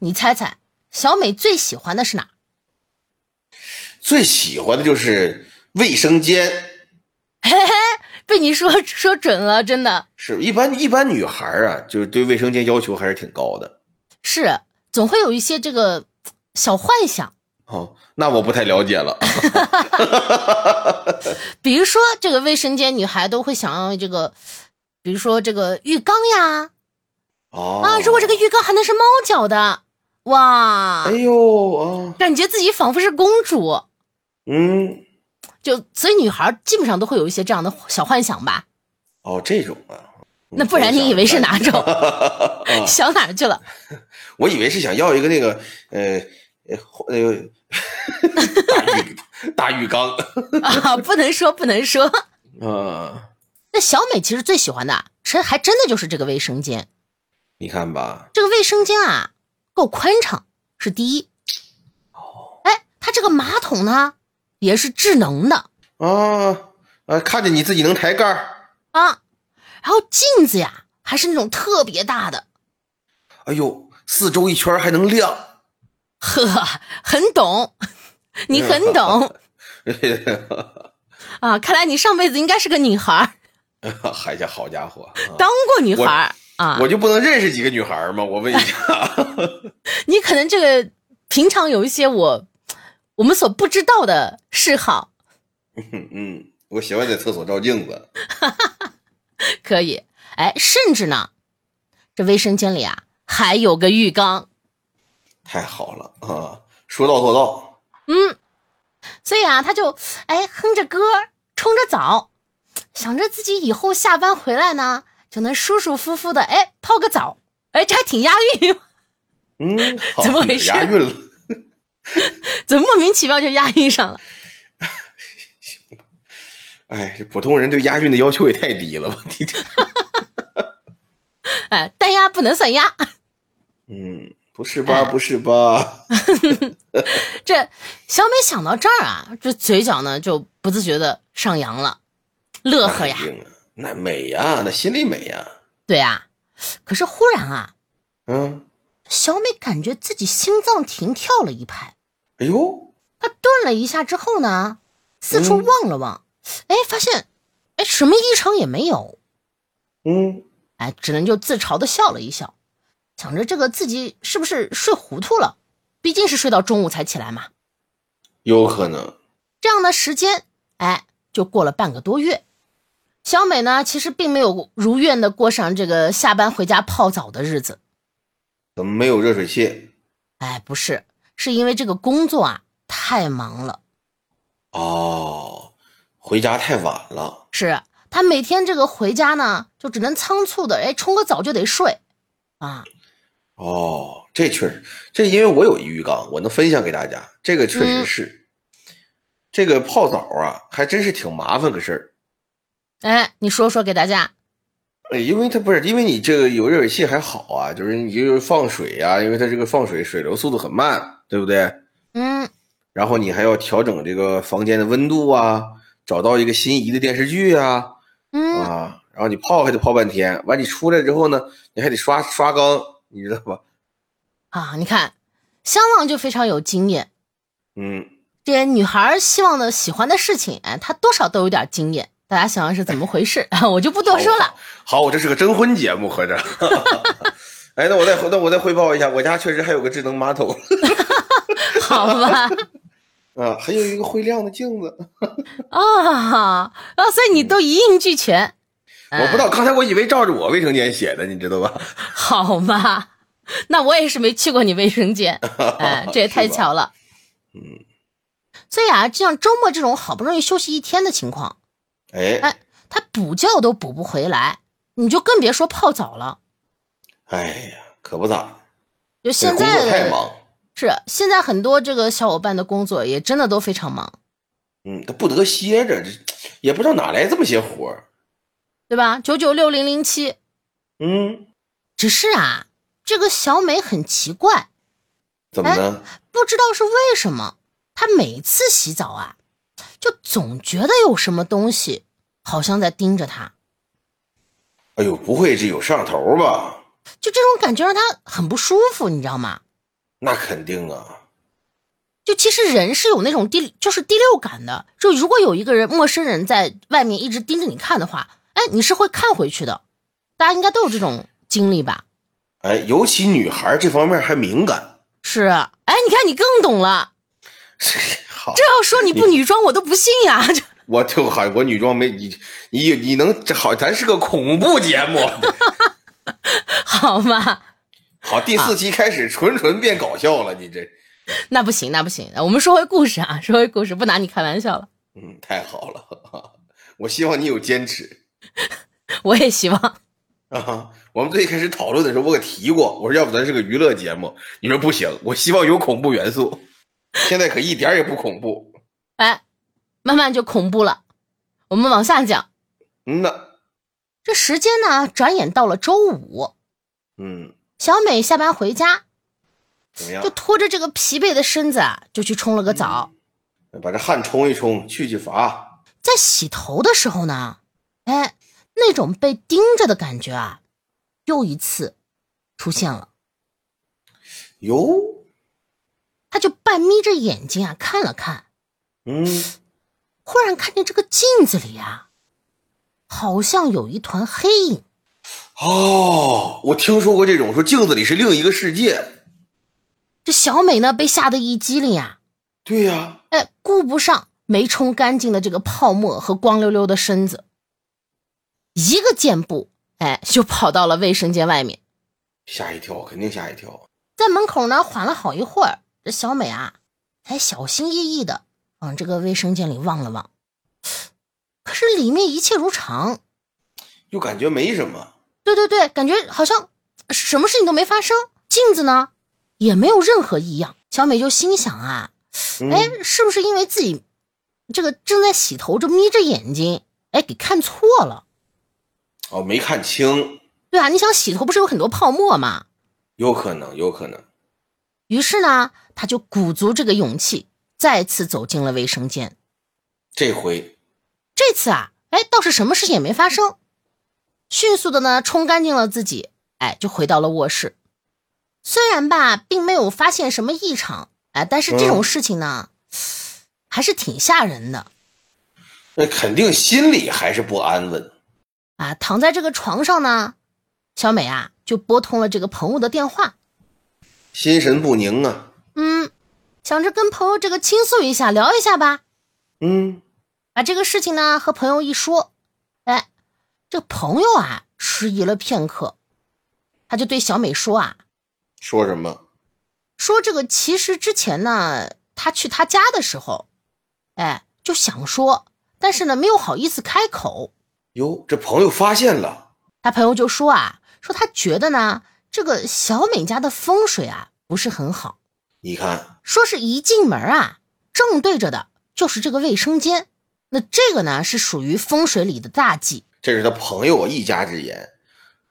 Speaker 1: 你猜猜，小美最喜欢的是哪儿？
Speaker 2: 最喜欢的就是卫生间，
Speaker 1: 被你说说准了，真的
Speaker 2: 是一般一般女孩啊，就是对卫生间要求还是挺高的。
Speaker 1: 是总会有一些这个嘖小幻想，
Speaker 2: 哦，那我不太了解了。
Speaker 1: 比如说这个卫生间，女孩都会想要这个，比如说这个浴缸呀，
Speaker 2: 哦
Speaker 1: 啊，如果这个浴缸还能是猫脚的，哇，
Speaker 2: 哎呦啊，
Speaker 1: 感觉自己仿佛是公主。
Speaker 2: 嗯，
Speaker 1: 就所以女孩基本上都会有一些这样的小幻想吧？
Speaker 2: 哦，这种啊，
Speaker 1: 那不然你以为是嗯哪种？ 想哪儿去了？
Speaker 2: 我以为是想要一个那个呃呃 呃大浴大浴缸
Speaker 1: 啊，不能说，不能说。
Speaker 2: 啊，
Speaker 1: 那小美其实最喜欢的啊，是还真的就是这个卫生间。
Speaker 2: 你看吧，
Speaker 1: 这个卫生间啊，够宽敞是第一。哎，它这个马桶呢，也是智能的
Speaker 2: 啊啊，看见你自己能抬盖儿，
Speaker 1: 啊。然后镜子呀，还是那种特别大的，
Speaker 2: 哎呦，四周一圈儿还能 亮，
Speaker 1: 呵，很懂， 你很懂 啊。看来你上辈子应该是个女孩儿，
Speaker 2: 还家好家伙，啊
Speaker 1: 当过女孩儿啊。
Speaker 2: 我就不能认识几个女孩儿吗？我问一下，
Speaker 1: 你可能这个平常有一些我我们所不知道的嗜好，
Speaker 2: 嗯嗯，我喜欢在厕所照镜子，
Speaker 1: 可以，哎，甚至呢，这卫生间里啊还有个浴缸，
Speaker 2: 太好了啊，说到做到。
Speaker 1: 所以啊，他就哎哼着歌，冲着澡，想着自己以后下班回来呢，就能舒舒服服的哎泡个澡，哎，这还挺押韵，
Speaker 2: 嗯，好
Speaker 1: 怎么回事
Speaker 2: 押韵了，
Speaker 1: 怎么莫名其妙就押韵上了？
Speaker 2: 哎，这普通人对押韵的要求也太低了吧？你这，
Speaker 1: 哎，单押不能算押，
Speaker 2: 嗯，不是
Speaker 1: 哎
Speaker 2: 吧？不是吧？
Speaker 1: 这小美想到这儿啊，这嘴角呢就不自觉的上扬了，乐呵呀
Speaker 2: 肯。定啊，那美呀、那心里美呀、
Speaker 1: 对啊，可是忽然啊，
Speaker 2: 嗯，
Speaker 1: 小美感觉自己心脏停跳了一拍，
Speaker 2: 哎呦，
Speaker 1: 她顿了一下之后呢，四处
Speaker 2: 嗯
Speaker 1: 望了望，哎、发现，哎，什么异常也没有，
Speaker 2: 嗯，
Speaker 1: 哎，只能就自嘲的笑了一笑，想着这个自己是不是睡糊涂了，毕竟是睡到中午才起来嘛。
Speaker 2: 有可能，
Speaker 1: 这样的时间，哎，就过了半个多月。小美呢，其实并没有如愿的过上这个下班回家泡澡的日子，
Speaker 2: 怎么没有热水器？
Speaker 1: 哎，不是，是因为这个工作啊太忙了。
Speaker 2: 哦，回家太晚了，
Speaker 1: 是他每天这个回家呢，就只能仓促的，哎，冲个澡就得睡，啊，
Speaker 2: 哦，这确实，这因为我有浴缸，我能分享给大家，这个确实
Speaker 1: 嗯
Speaker 2: 是，这个泡澡啊，还真是挺麻烦个事儿。
Speaker 1: 哎，你说说给大家，
Speaker 2: 哎，因为它不是，因为你这个有热水器还好啊，就是你就是放水啊，因为它这个放水水流速度很慢，对不对？
Speaker 1: 嗯，
Speaker 2: 然后你还要调整这个房间的温度啊，找到一个心仪的电视剧啊
Speaker 1: 嗯，
Speaker 2: 啊，然后你泡还得泡半天，完你出来之后呢，你还得刷刷缸，你知道吧？
Speaker 1: 啊，你看，相望就非常有经验，
Speaker 2: 嗯，
Speaker 1: 这些女孩儿希望的、喜欢的事情，哎，她多少都有点经验。大家想 哦想是怎么回事，我就不多说了。
Speaker 2: 好。好，我这是个征婚节目，合着。 哎，那我再那我再汇报一下，我家确实还有个智能马桶
Speaker 1: 好 吧？
Speaker 2: 啊，还有一个会亮的镜子。
Speaker 1: 啊啊，所以你都一应俱全。嗯
Speaker 2: 我不知道，刚才我以为照着我卫生间写的，你知道吧？
Speaker 1: 好嘛，那我也是没去过你卫生 间，哎，这也太巧了。
Speaker 2: 嗯，
Speaker 1: 所以啊，像周末这种好不容易休息一天的情况，
Speaker 2: 哎
Speaker 1: 哎，他补觉都补不回来，你就更别说泡澡了。
Speaker 2: 哎呀，可不咋，
Speaker 1: 就
Speaker 2: 这
Speaker 1: 现
Speaker 2: 哎工作太
Speaker 1: 在
Speaker 2: 忙。
Speaker 1: 是现在很多这个小伙伴的工作也真的都非常忙，
Speaker 2: 嗯，他不得歇着，这也不知道哪来这么些活儿。
Speaker 1: 对吧？九九六零零七，
Speaker 2: 嗯，
Speaker 1: 只是啊，这个小美很奇怪，
Speaker 2: 怎么呢？
Speaker 1: 不知道是为什么，她每次洗澡啊，就总觉得有什么东西好像在盯着她，
Speaker 2: 哎呦，不会是有摄像头吧？
Speaker 1: 就这种感觉让她很不舒服，你知道吗？
Speaker 2: 那肯定啊。
Speaker 1: 就其实人是有那种第就是第六感的，就如果有一个人陌生人在外面一直盯着你看的话，哎，你是会看回去的。大家应该都有这种经历吧？
Speaker 2: 哎，尤其女孩儿这方面还敏感。
Speaker 1: 是，哎，你看你更懂了。
Speaker 2: 好，
Speaker 1: 这要说你不女装，我都不信呀。 就
Speaker 2: 我就好，我女装没你，你你能这好，咱是个恐怖节目。
Speaker 1: 好嘛，
Speaker 2: 好，第四期开始纯纯变搞笑了，你这，
Speaker 1: 那不行，那不行。我们说回故事啊，说回故事，不拿你开玩笑了。
Speaker 2: 嗯，太好了。 我希望你有坚持
Speaker 1: 我也希望。
Speaker 2: 啊！我们最开始讨论的时候，我可提过，我说要不咱是个娱乐节目，你说不行，我希望有恐怖元素。现在可一点儿也不恐怖。
Speaker 1: 哎，慢慢就恐怖了。我们往下讲，
Speaker 2: 嗯呐，
Speaker 1: 这时间呢，转眼到了周五，
Speaker 2: 嗯，
Speaker 1: 小美下班回家，
Speaker 2: 怎么样
Speaker 1: 就？拖着这个疲惫的身子啊，就去冲了个澡。
Speaker 2: 把这汗冲一冲，去去乏。
Speaker 1: 在洗头的时候呢，哎，那种被盯着的感觉啊，又一次出现了。
Speaker 2: 哟，
Speaker 1: 她就半眯着眼睛啊看了看，
Speaker 2: 嗯，
Speaker 1: 忽然看见这个镜子里啊，好像有一团黑影。
Speaker 2: 哦，我听说过这种，说镜子里是另一个世界。
Speaker 1: 这小美呢被吓得一激灵啊，
Speaker 2: 对呀、
Speaker 1: 哎，顾不上没冲干净的这个泡沫和光溜溜的身子，一个箭步，哎，就跑到了卫生间外面。
Speaker 2: 吓一跳，肯定吓一跳。
Speaker 1: 在门口呢缓了好一会儿，这小美啊，才小心翼翼的往这个卫生间里望了望，可是里面一切如常。
Speaker 2: 又感觉没什么，
Speaker 1: 对对对，感觉好像什么事情都没发生，镜子呢也没有任何异样。小美就心想啊，
Speaker 2: 嗯、
Speaker 1: 哎，是不是因为自己这个正在洗头，这眯着眼睛，哎，给看错了？
Speaker 2: 哦，没看清，
Speaker 1: 对啊，你想洗头不是有很多泡沫吗？
Speaker 2: 有可能，有可能。
Speaker 1: 于是呢，她就鼓足这个勇气，再次走进了卫生间。
Speaker 2: 这回
Speaker 1: 这次啊，哎，倒是什么事情也没发生，迅速的呢冲干净了自己，哎，就回到了卧室。虽然吧，并没有发现什么异常，哎，但是这种
Speaker 2: 嗯
Speaker 1: 事情呢，还是挺吓人的
Speaker 2: 那肯定心里还是不安稳。
Speaker 1: 啊。躺在这个床上呢，小美啊就拨通了这个朋友的电话，
Speaker 2: 心神不宁啊。
Speaker 1: 嗯，想着跟朋友这个倾诉一下，聊一下吧。
Speaker 2: 嗯，
Speaker 1: 把这个事情呢和朋友一说，哎，这朋友啊迟疑了片刻，他就对小美说啊，
Speaker 2: 说什么？
Speaker 1: 说这个其实之前呢，他去他家的时候，哎，就想说，但是呢，没有好意思开口。
Speaker 2: 哟，这朋友发现了，
Speaker 1: 他朋友就说啊，说他觉得呢，这个小美家的风水啊不是很好，
Speaker 2: 你看，
Speaker 1: 说是一进门啊，正对着的就是这个卫生间，那这个呢是属于风水里的大忌。
Speaker 2: 这是他朋友啊一家之言。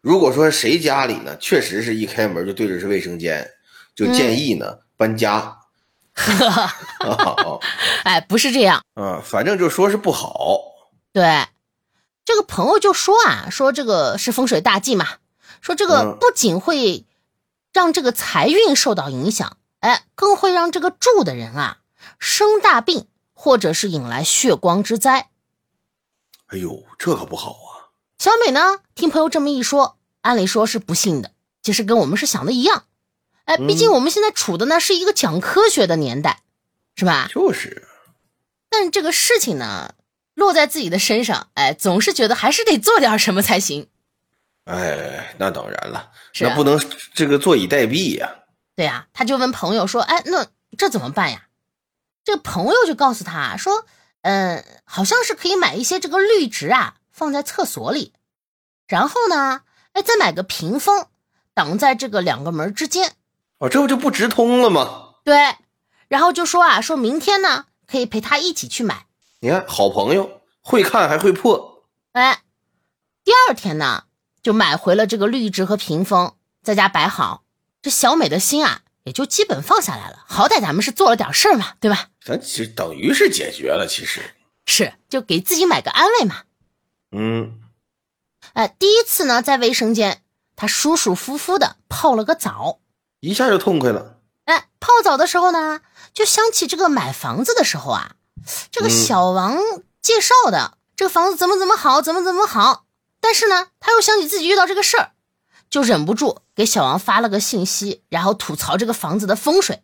Speaker 2: 如果说谁家里呢，确实是一开门就对着是卫生间，就建议
Speaker 1: 嗯
Speaker 2: 呢、搬家。啊
Speaker 1: 哎，不是这样，
Speaker 2: 啊，反正就说是不好。
Speaker 1: 对，这个朋友就说啊，说这个是风水大忌嘛，说这个
Speaker 2: 嗯
Speaker 1: 不仅会让这个财运受到影响，哎，更会让这个住的人啊生大病，或者是引来血光之灾。
Speaker 2: 哎呦，这可不好啊。
Speaker 1: 小美呢，听朋友这么一说，按理说是不信的，其实跟我们是想的一样。哎，毕
Speaker 2: 嗯
Speaker 1: 竟我们现在处的呢是一个讲科学的年代，是吧？
Speaker 2: 就是，
Speaker 1: 但这个事情呢，落在自己的身上，哎，总是觉得还是得做点什么才行。
Speaker 2: 哎，那当然了，
Speaker 1: 是啊
Speaker 2: 那不能这个坐以待毙呀、
Speaker 1: 对呀、他就问朋友说：“哎，那这怎么办呀？”这个朋友就告诉他说：“嗯，好像是可以买一些这个绿植啊，放在厕所里，然后呢，哎，再买个屏风挡在这个两个门之间。
Speaker 2: 哦，这不就不直通了吗？
Speaker 1: 对，然后就说啊，说明天呢可以陪他一起去买。
Speaker 2: 你看，好朋友会看还会破，
Speaker 1: 哎，第二天呢就买回了这个绿植和屏风，在家摆好。这小美的心啊，也就基本放下来了。好歹咱们是做了点事儿嘛，对吧？”
Speaker 2: 咱其实等于是解决了，其实，
Speaker 1: 是，就给自己买个安慰嘛。
Speaker 2: 嗯，
Speaker 1: 哎，第一次呢，在卫生间，他舒舒服服的泡了个澡。
Speaker 2: 一下就痛快了。
Speaker 1: 哎，泡澡的时候呢，就想起这个买房子的时候啊，这个
Speaker 2: 嗯
Speaker 1: 小王介绍的、这个房子怎么怎么好，怎么怎么好。但是呢，他又想起自己遇到这个事儿，就忍不住给小王发了个信息，然后吐槽这个房子的风水。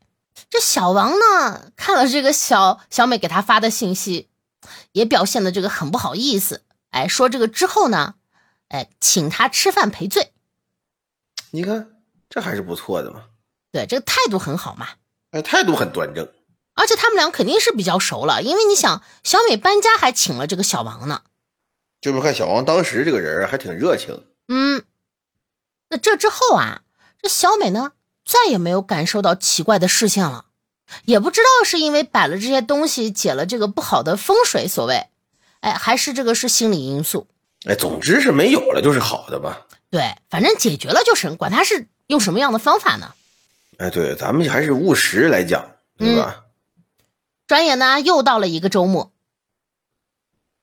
Speaker 1: 这小王呢，看了这个小小美给他发的信息，也表现的这个很不好意思，哎，说这个之后呢，哎，请他吃饭赔罪，
Speaker 2: 你看，这还是不错的嘛。
Speaker 1: 对，这个态度很好嘛。
Speaker 2: 哎，态度很端正。
Speaker 1: 而且他们俩肯定是比较熟了，因为你想，小美搬家还请了这个小王呢。
Speaker 2: 这么看，小王当时这个人还挺热情。
Speaker 1: 嗯，那这之后啊，这小美呢再也没有感受到奇怪的视线了，也不知道是因为摆了这些东西解了这个不好的风水所谓，哎，还是这个是心理因素。
Speaker 2: 哎，总之是没有了就是好的吧。
Speaker 1: 对，反正解决了就是，管他是用什么样的方法呢。
Speaker 2: 哎，对，咱们还是务实来讲，对吧？
Speaker 1: 转眼呢，又到了一个周末，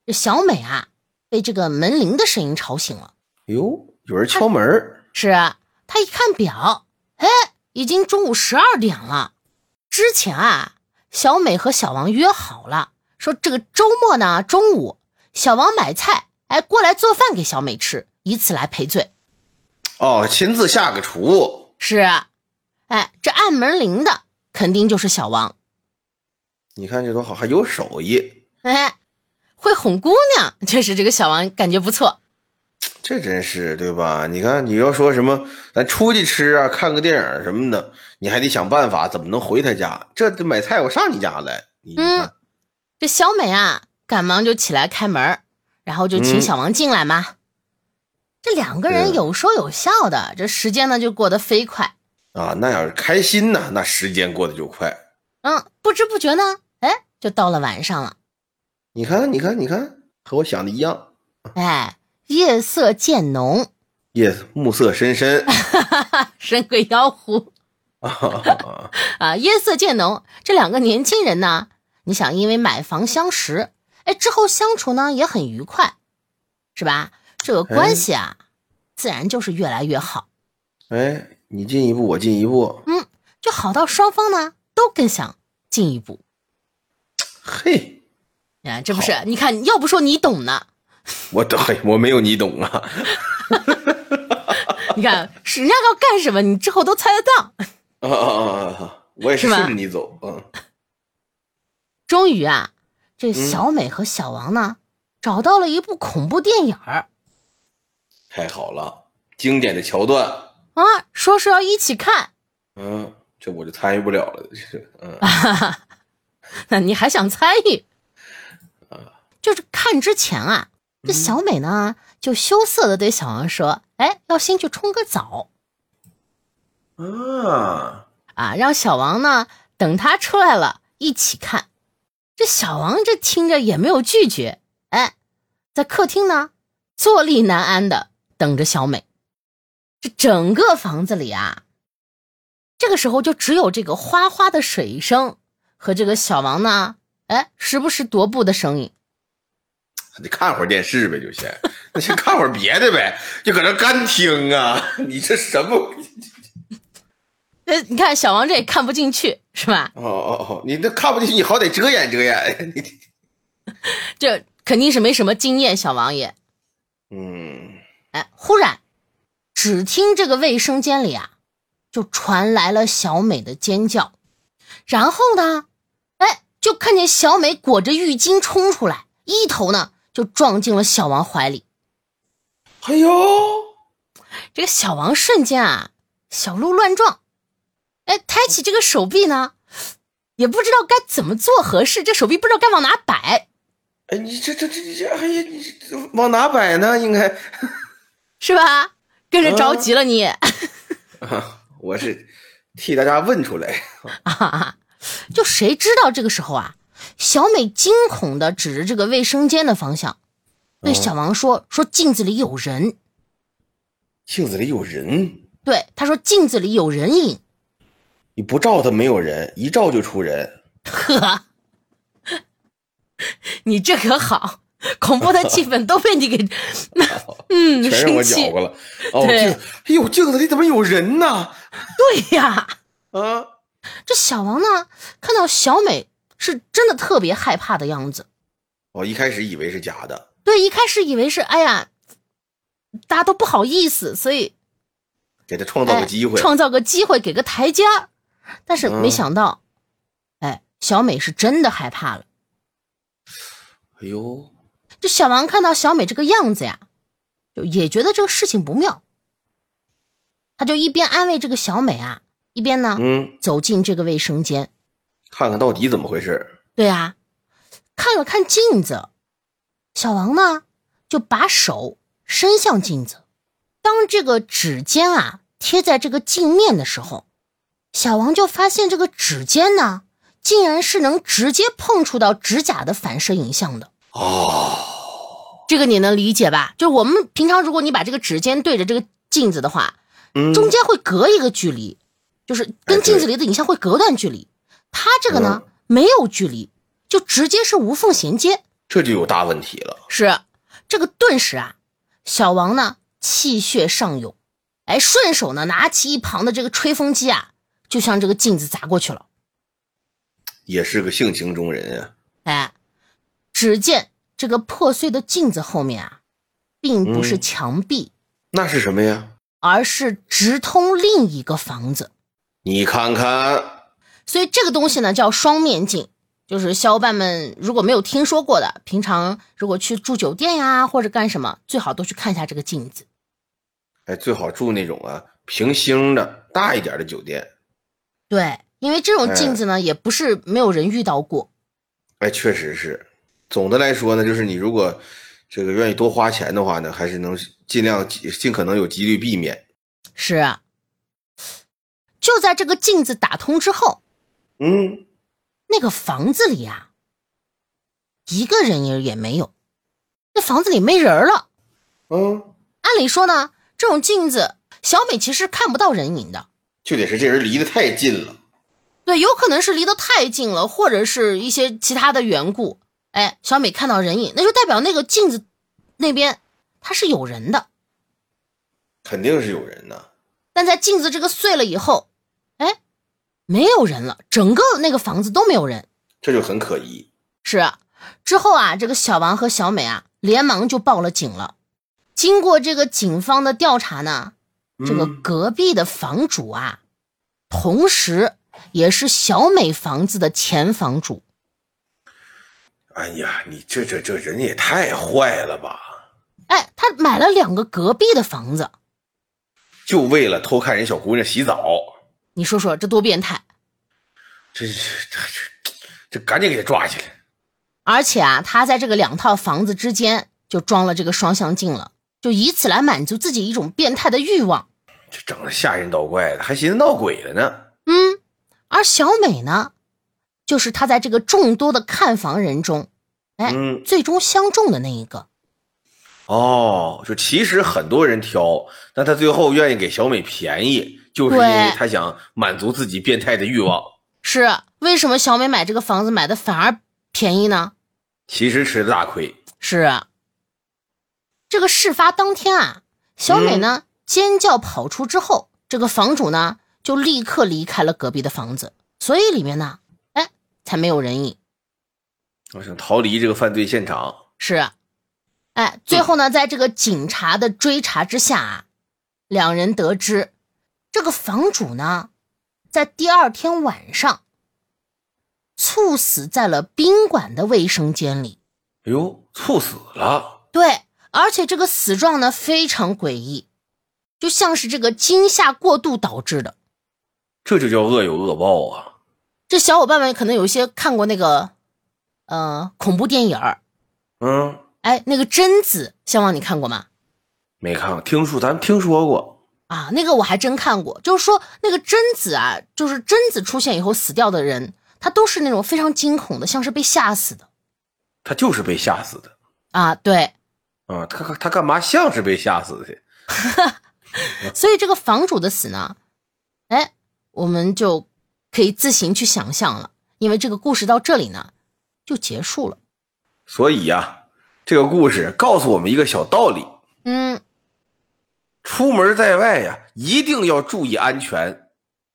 Speaker 1: 这小美啊被这个门铃的声音吵醒了。
Speaker 2: 哟，有人敲门儿
Speaker 1: 是啊他一看表，哎，已经中午十二点了。之前啊，小美和小王约好了，说这个周末呢中午，小王买菜，哎，过来做饭给小美吃，以此来赔罪。
Speaker 2: 哦，亲自下个厨。
Speaker 1: 是，哎，这按门铃的肯定就是小王，
Speaker 2: 你看这多好，还有手艺，
Speaker 1: 哎，会哄姑娘，确实这个小王感觉不错。
Speaker 2: 这真是对吧？你看你要说什么，咱出去吃啊，看个电影儿什么的，你还得想办法怎么能回他家。这得买菜我上你家来，你看、
Speaker 1: 嗯这小美啊，赶忙就起来开门儿，然后就请
Speaker 2: 嗯
Speaker 1: 小王进来嘛。这两个人
Speaker 2: 对
Speaker 1: 有说有笑的，这时间呢就过得飞快。
Speaker 2: 啊，那要是开心呐、那时间过得就快。
Speaker 1: 嗯，不知不觉呢，哎，就到了晚上了。
Speaker 2: 你看，你看，你看，和我想的一样。
Speaker 1: 哎，夜色渐浓，
Speaker 2: 夜暮色深深
Speaker 1: 神鬼妖狐
Speaker 2: 啊，
Speaker 1: 啊，夜色渐浓。这两个年轻人呢，你想，因为买房相识，哎，之后相处呢也很愉快，是吧？这个关系啊，自然就是越来越好。
Speaker 2: 哎，你进一步，我进一步，
Speaker 1: 就好到双方呢都更想进一步。
Speaker 2: 嘿，
Speaker 1: 啊，这不是？你看，要不说你懂呢？
Speaker 2: 我懂，嘿我没有你懂啊。
Speaker 1: 你看，是人家要干什么，你之后都猜得到。
Speaker 2: 啊啊啊啊啊！我也是
Speaker 1: 是吧
Speaker 2: 顺着你走，嗯，
Speaker 1: 终于啊，这小美和小王呢，找到了一部恐怖电影儿
Speaker 2: 太好了，经典的桥段，
Speaker 1: 啊，说是要一起看。
Speaker 2: 嗯，这我就参与不了了，这是，嗯，
Speaker 1: 那你还想参与？就是看之前啊，这小美呢就羞涩的对小王说：“哎，要先去冲个澡
Speaker 2: 啊，
Speaker 1: 啊，让小王呢等他出来了一起看。”这小王这听着也没有拒绝，哎，在客厅呢坐立难安的等着小美。这整个房子里啊，这个时候就只有这个哗哗的水声和这个小王呢，哎，时不时踱步的声音。
Speaker 2: 你看会儿电视呗，就先，那先看会儿别的呗，就搁那干听啊，你这什么？
Speaker 1: 呃，你看小王这也看不进去是吧？
Speaker 2: 哦哦哦，你这看不进去，你好歹遮掩遮掩， 你这，
Speaker 1: 这肯定是没什么经验，小王爷。
Speaker 2: 嗯，
Speaker 1: 哎，忽然只听这个卫生间里啊，就传来了小美的尖叫，然后呢，哎，就看见小美裹着浴巾冲出来，一头呢就撞进了小王怀里。
Speaker 2: 哎呦，
Speaker 1: 这个小王瞬间啊，小鹿乱撞，哎，抬起这个手臂呢，也不知道该怎么做合适，这手臂不知道该往哪摆，
Speaker 2: 哎，你这这这这这，哎呀，你这往哪摆呢？应该，
Speaker 1: 是吧？跟着着急了你
Speaker 2: 啊，我是替大家问出来。
Speaker 1: 啊！ 就谁知道这个时候啊，小美惊恐的指着这个卫生间的方向，对小王说：“说镜子里有人。
Speaker 2: 镜子里有人，
Speaker 1: 对，他说镜子里有人影。
Speaker 2: 你不照他没有人，一照就出人。
Speaker 1: 呵，你这可好，恐怖的气氛都被你给， 嗯，
Speaker 2: 全让
Speaker 1: 生
Speaker 2: 我
Speaker 1: 气
Speaker 2: 搅和了。哦，
Speaker 1: 对
Speaker 2: 镜，哎呦，镜子里怎么有人呢？
Speaker 1: 对呀，
Speaker 2: 啊，
Speaker 1: 这小王呢，看到小美是真的特别害怕的样子。
Speaker 2: 我一开始以为是假的。
Speaker 1: 对，一开始以为是哎呀，大家都不好意思，所以
Speaker 2: 给他创造
Speaker 1: 哎
Speaker 2: 个机会，
Speaker 1: 创造个机会，给个台阶儿。但是没
Speaker 2: 嗯
Speaker 1: 想到，哎，小美是真的害怕了。
Speaker 2: 哎呦，
Speaker 1: 这小王看到小美这个样子呀，就也觉得这个事情不妙，他就一边安慰这个小美啊，一边呢、
Speaker 2: 嗯，
Speaker 1: 走进这个卫生间。
Speaker 2: 看看到底怎么回事？
Speaker 1: 对啊，看了看镜子，小王呢就把手伸向镜子。当这个指尖啊贴在这个镜面的时候，小王就发现这个指尖呢，竟然是能直接碰触到指甲的反射影像的。
Speaker 2: 哦，
Speaker 1: 这个你能理解吧？就是我们平常如果你把这个指尖对着这个镜子的话，
Speaker 2: 嗯，
Speaker 1: 中间会隔一个距离，就是跟
Speaker 2: 哎对嗯
Speaker 1: 镜子里的影像会隔段距离。它这个呢没有距离，就直接是无缝衔接。
Speaker 2: 这就有大问题了。
Speaker 1: 是这个顿时啊，小王呢气血上涌，哎，顺手呢拿起一旁的这个吹风机啊，就向这个镜子砸过去了。
Speaker 2: 也是个性情中人啊。
Speaker 1: 哎，只见这个破碎的镜子后面啊，并不是
Speaker 2: 嗯
Speaker 1: 墙壁，
Speaker 2: 那是什么呀？
Speaker 1: 而是直通另一个房子。
Speaker 2: 你看看，
Speaker 1: 所以这个东西呢叫双面镜，就是小伙伴们如果没有听说过的，平常如果去住酒店呀或者干什么，最好都去看一下这个镜子。
Speaker 2: 哎，最好住那种啊平星的大一点的酒店。
Speaker 1: 对，因为这种镜子呢、也不是没有人遇到过。
Speaker 2: 哎，确实是。总的来说呢，就是你如果这个愿意多花钱的话呢，还是能尽量尽可能有几率避免。
Speaker 1: 是啊，就在这个镜子打通之后，
Speaker 2: 嗯，
Speaker 1: 那个房子里啊，一个人影也没有，那房子里没人了。
Speaker 2: 嗯，
Speaker 1: 按理说呢，这种镜子小美其实看不到人影的，
Speaker 2: 就得是这人离得太近了。
Speaker 1: 对，有可能是离得太近了，或者是一些其他的缘故。哎，小美看到人影，那就代表那个镜子那边它是有人的。
Speaker 2: 肯定是有人呐。
Speaker 1: 但在镜子这个碎了以后，哎，没有人了，整个那个房子都没有人。
Speaker 2: 这就很可疑。
Speaker 1: 是啊，之后啊，这个小王和小美啊，连忙就报了警了。经过这个警方的调查呢，这个
Speaker 2: 嗯
Speaker 1: 隔壁的房主啊，同时也是小美房子的前房主。
Speaker 2: 哎呀，你这这这人也太坏了吧！
Speaker 1: 哎，他买了两个隔壁的房子，
Speaker 2: 就为了偷看人小姑娘洗澡，
Speaker 1: 你说说这多变态！
Speaker 2: 这这这这赶紧给他抓起来。
Speaker 1: 而且啊，他在这个两套房子之间就装了这个双向镜了，就以此来满足自己一种变态的欲望。
Speaker 2: 这整的吓人倒怪的，还寻思闹鬼了呢。
Speaker 1: 嗯，而小美呢，就是她在这个众多的看房人中，哎，
Speaker 2: 嗯
Speaker 1: 最终相中的那一个。
Speaker 2: 哦，就其实很多人挑，但他最后愿意给小美便宜，就是因
Speaker 1: 对
Speaker 2: 为他想满足自己变态的欲望。
Speaker 1: 是为什么小美买这个房子买的反而便宜呢？
Speaker 2: 其实吃了大亏，
Speaker 1: 是这个事发当天啊，小美呢、尖叫跑出之后，这个房主呢就立刻离开了隔壁的房子，所以里面呢，哎，才没有人影。
Speaker 2: 我想逃离这个犯罪现场。
Speaker 1: 是，哎，最后呢，在这个警察的追查之下啊，两人得知，这个房主呢，在第二天晚上猝死在了宾馆的卫生间里。
Speaker 2: 哎呦，猝死了！
Speaker 1: 对，而且这个死状呢非常诡异，就像是这个惊吓过度导致的。
Speaker 2: 这就叫恶有恶报啊！
Speaker 1: 这小伙伴们可能有一些看过那个，呃，恐怖电影儿，
Speaker 2: 嗯，
Speaker 1: 哎，那个贞子，相望你看过吗？
Speaker 2: 没看过，听说咱们听说过，
Speaker 1: 啊，那个我还真看过，就是说那个贞子啊，就是贞子出现以后死掉的人，他都是那种非常惊恐的，像是被吓死的
Speaker 2: 他就是被吓死的
Speaker 1: 啊。对，
Speaker 2: 啊！他他他干嘛像是被吓死的？
Speaker 1: 所以这个房主的死呢，哎，我们就可以自行去想象了，因为这个故事到这里呢就结束了。
Speaker 2: 所以呀、这个故事告诉我们一个小道理：
Speaker 1: 嗯，
Speaker 2: 出门在外呀、一定要注意安全。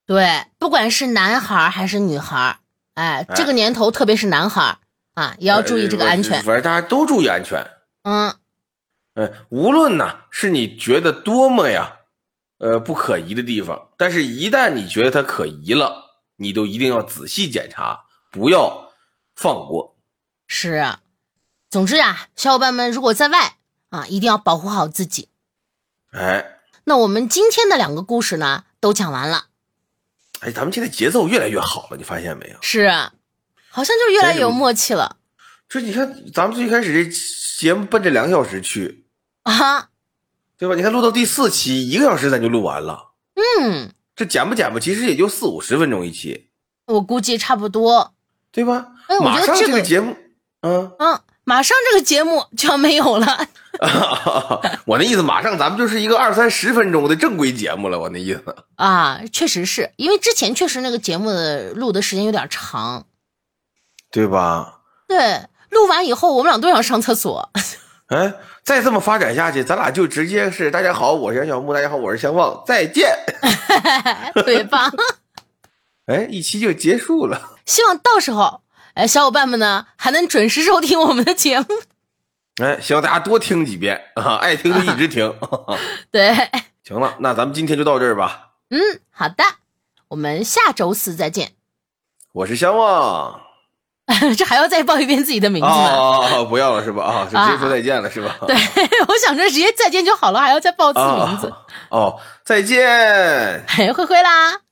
Speaker 1: 对，不管是男孩儿还是女孩儿，哎，这个年头特别是男孩儿啊，也要注意这个安全。
Speaker 2: 呃反正大家都注意安全。
Speaker 1: 嗯，
Speaker 2: 嗯，无论呐是你觉得多么呀，呃不可疑的地方，但是一旦你觉得它可疑了，你都一定要仔细检查，不要放过。
Speaker 1: 是啊。总之啊，小伙伴们如果在外啊，一定要保护好自己。
Speaker 2: 哎
Speaker 1: 那我们今天的两个故事呢，都讲完了。
Speaker 2: 哎，咱们现在节奏越来越好了，你发现没有？
Speaker 1: 是啊，好像就越来越有默契了
Speaker 2: 这你看，咱们最开始这节目奔着两个小时去，
Speaker 1: 啊。
Speaker 2: 对吧？你看录到第四期，一个小时咱就录完了。
Speaker 1: 嗯，
Speaker 2: 这剪吧剪吧，其实也就四五十分钟一期，
Speaker 1: 我估计差不多。
Speaker 2: 对吧？
Speaker 1: 哎我觉得
Speaker 2: 马上
Speaker 1: 这
Speaker 2: 这
Speaker 1: 个
Speaker 2: 个节目，嗯，
Speaker 1: 嗯，马上这个节目就要没有了。
Speaker 2: 我那意思，马上咱们就是一个二三十分钟的正规节目了。我那意思，
Speaker 1: 啊，确实是因为之前确实那个节目的录的时间有点长，
Speaker 2: 对吧？
Speaker 1: 对，录完以后我们俩都想上厕所。
Speaker 2: 哎，再这么发展下去，咱俩就直接是大家好，我是杨小木，大家好，我是相望，再见。
Speaker 1: 对吧？
Speaker 2: 哎，一期就结束了。
Speaker 1: 希望到时候，哎，小伙伴们呢还能准时收听我们的节目。
Speaker 2: 哎，希望大家多听几遍啊，爱听就一直 听。
Speaker 1: 对，
Speaker 2: 行了，那咱们今天就到这儿吧。
Speaker 1: 嗯，好的，我们下周四再见。
Speaker 2: 我是相望。
Speaker 1: 这还要再报一遍自己的名字
Speaker 2: 哦
Speaker 1: 吗？
Speaker 2: 哦哦，不要了是吧？啊，就直接说再见了是吧？
Speaker 1: 对， 我想
Speaker 2: 哦
Speaker 1: 着直接再见就好了，还要再报次名字。
Speaker 2: 啊。哦，再见。
Speaker 1: 哎，灰灰啦。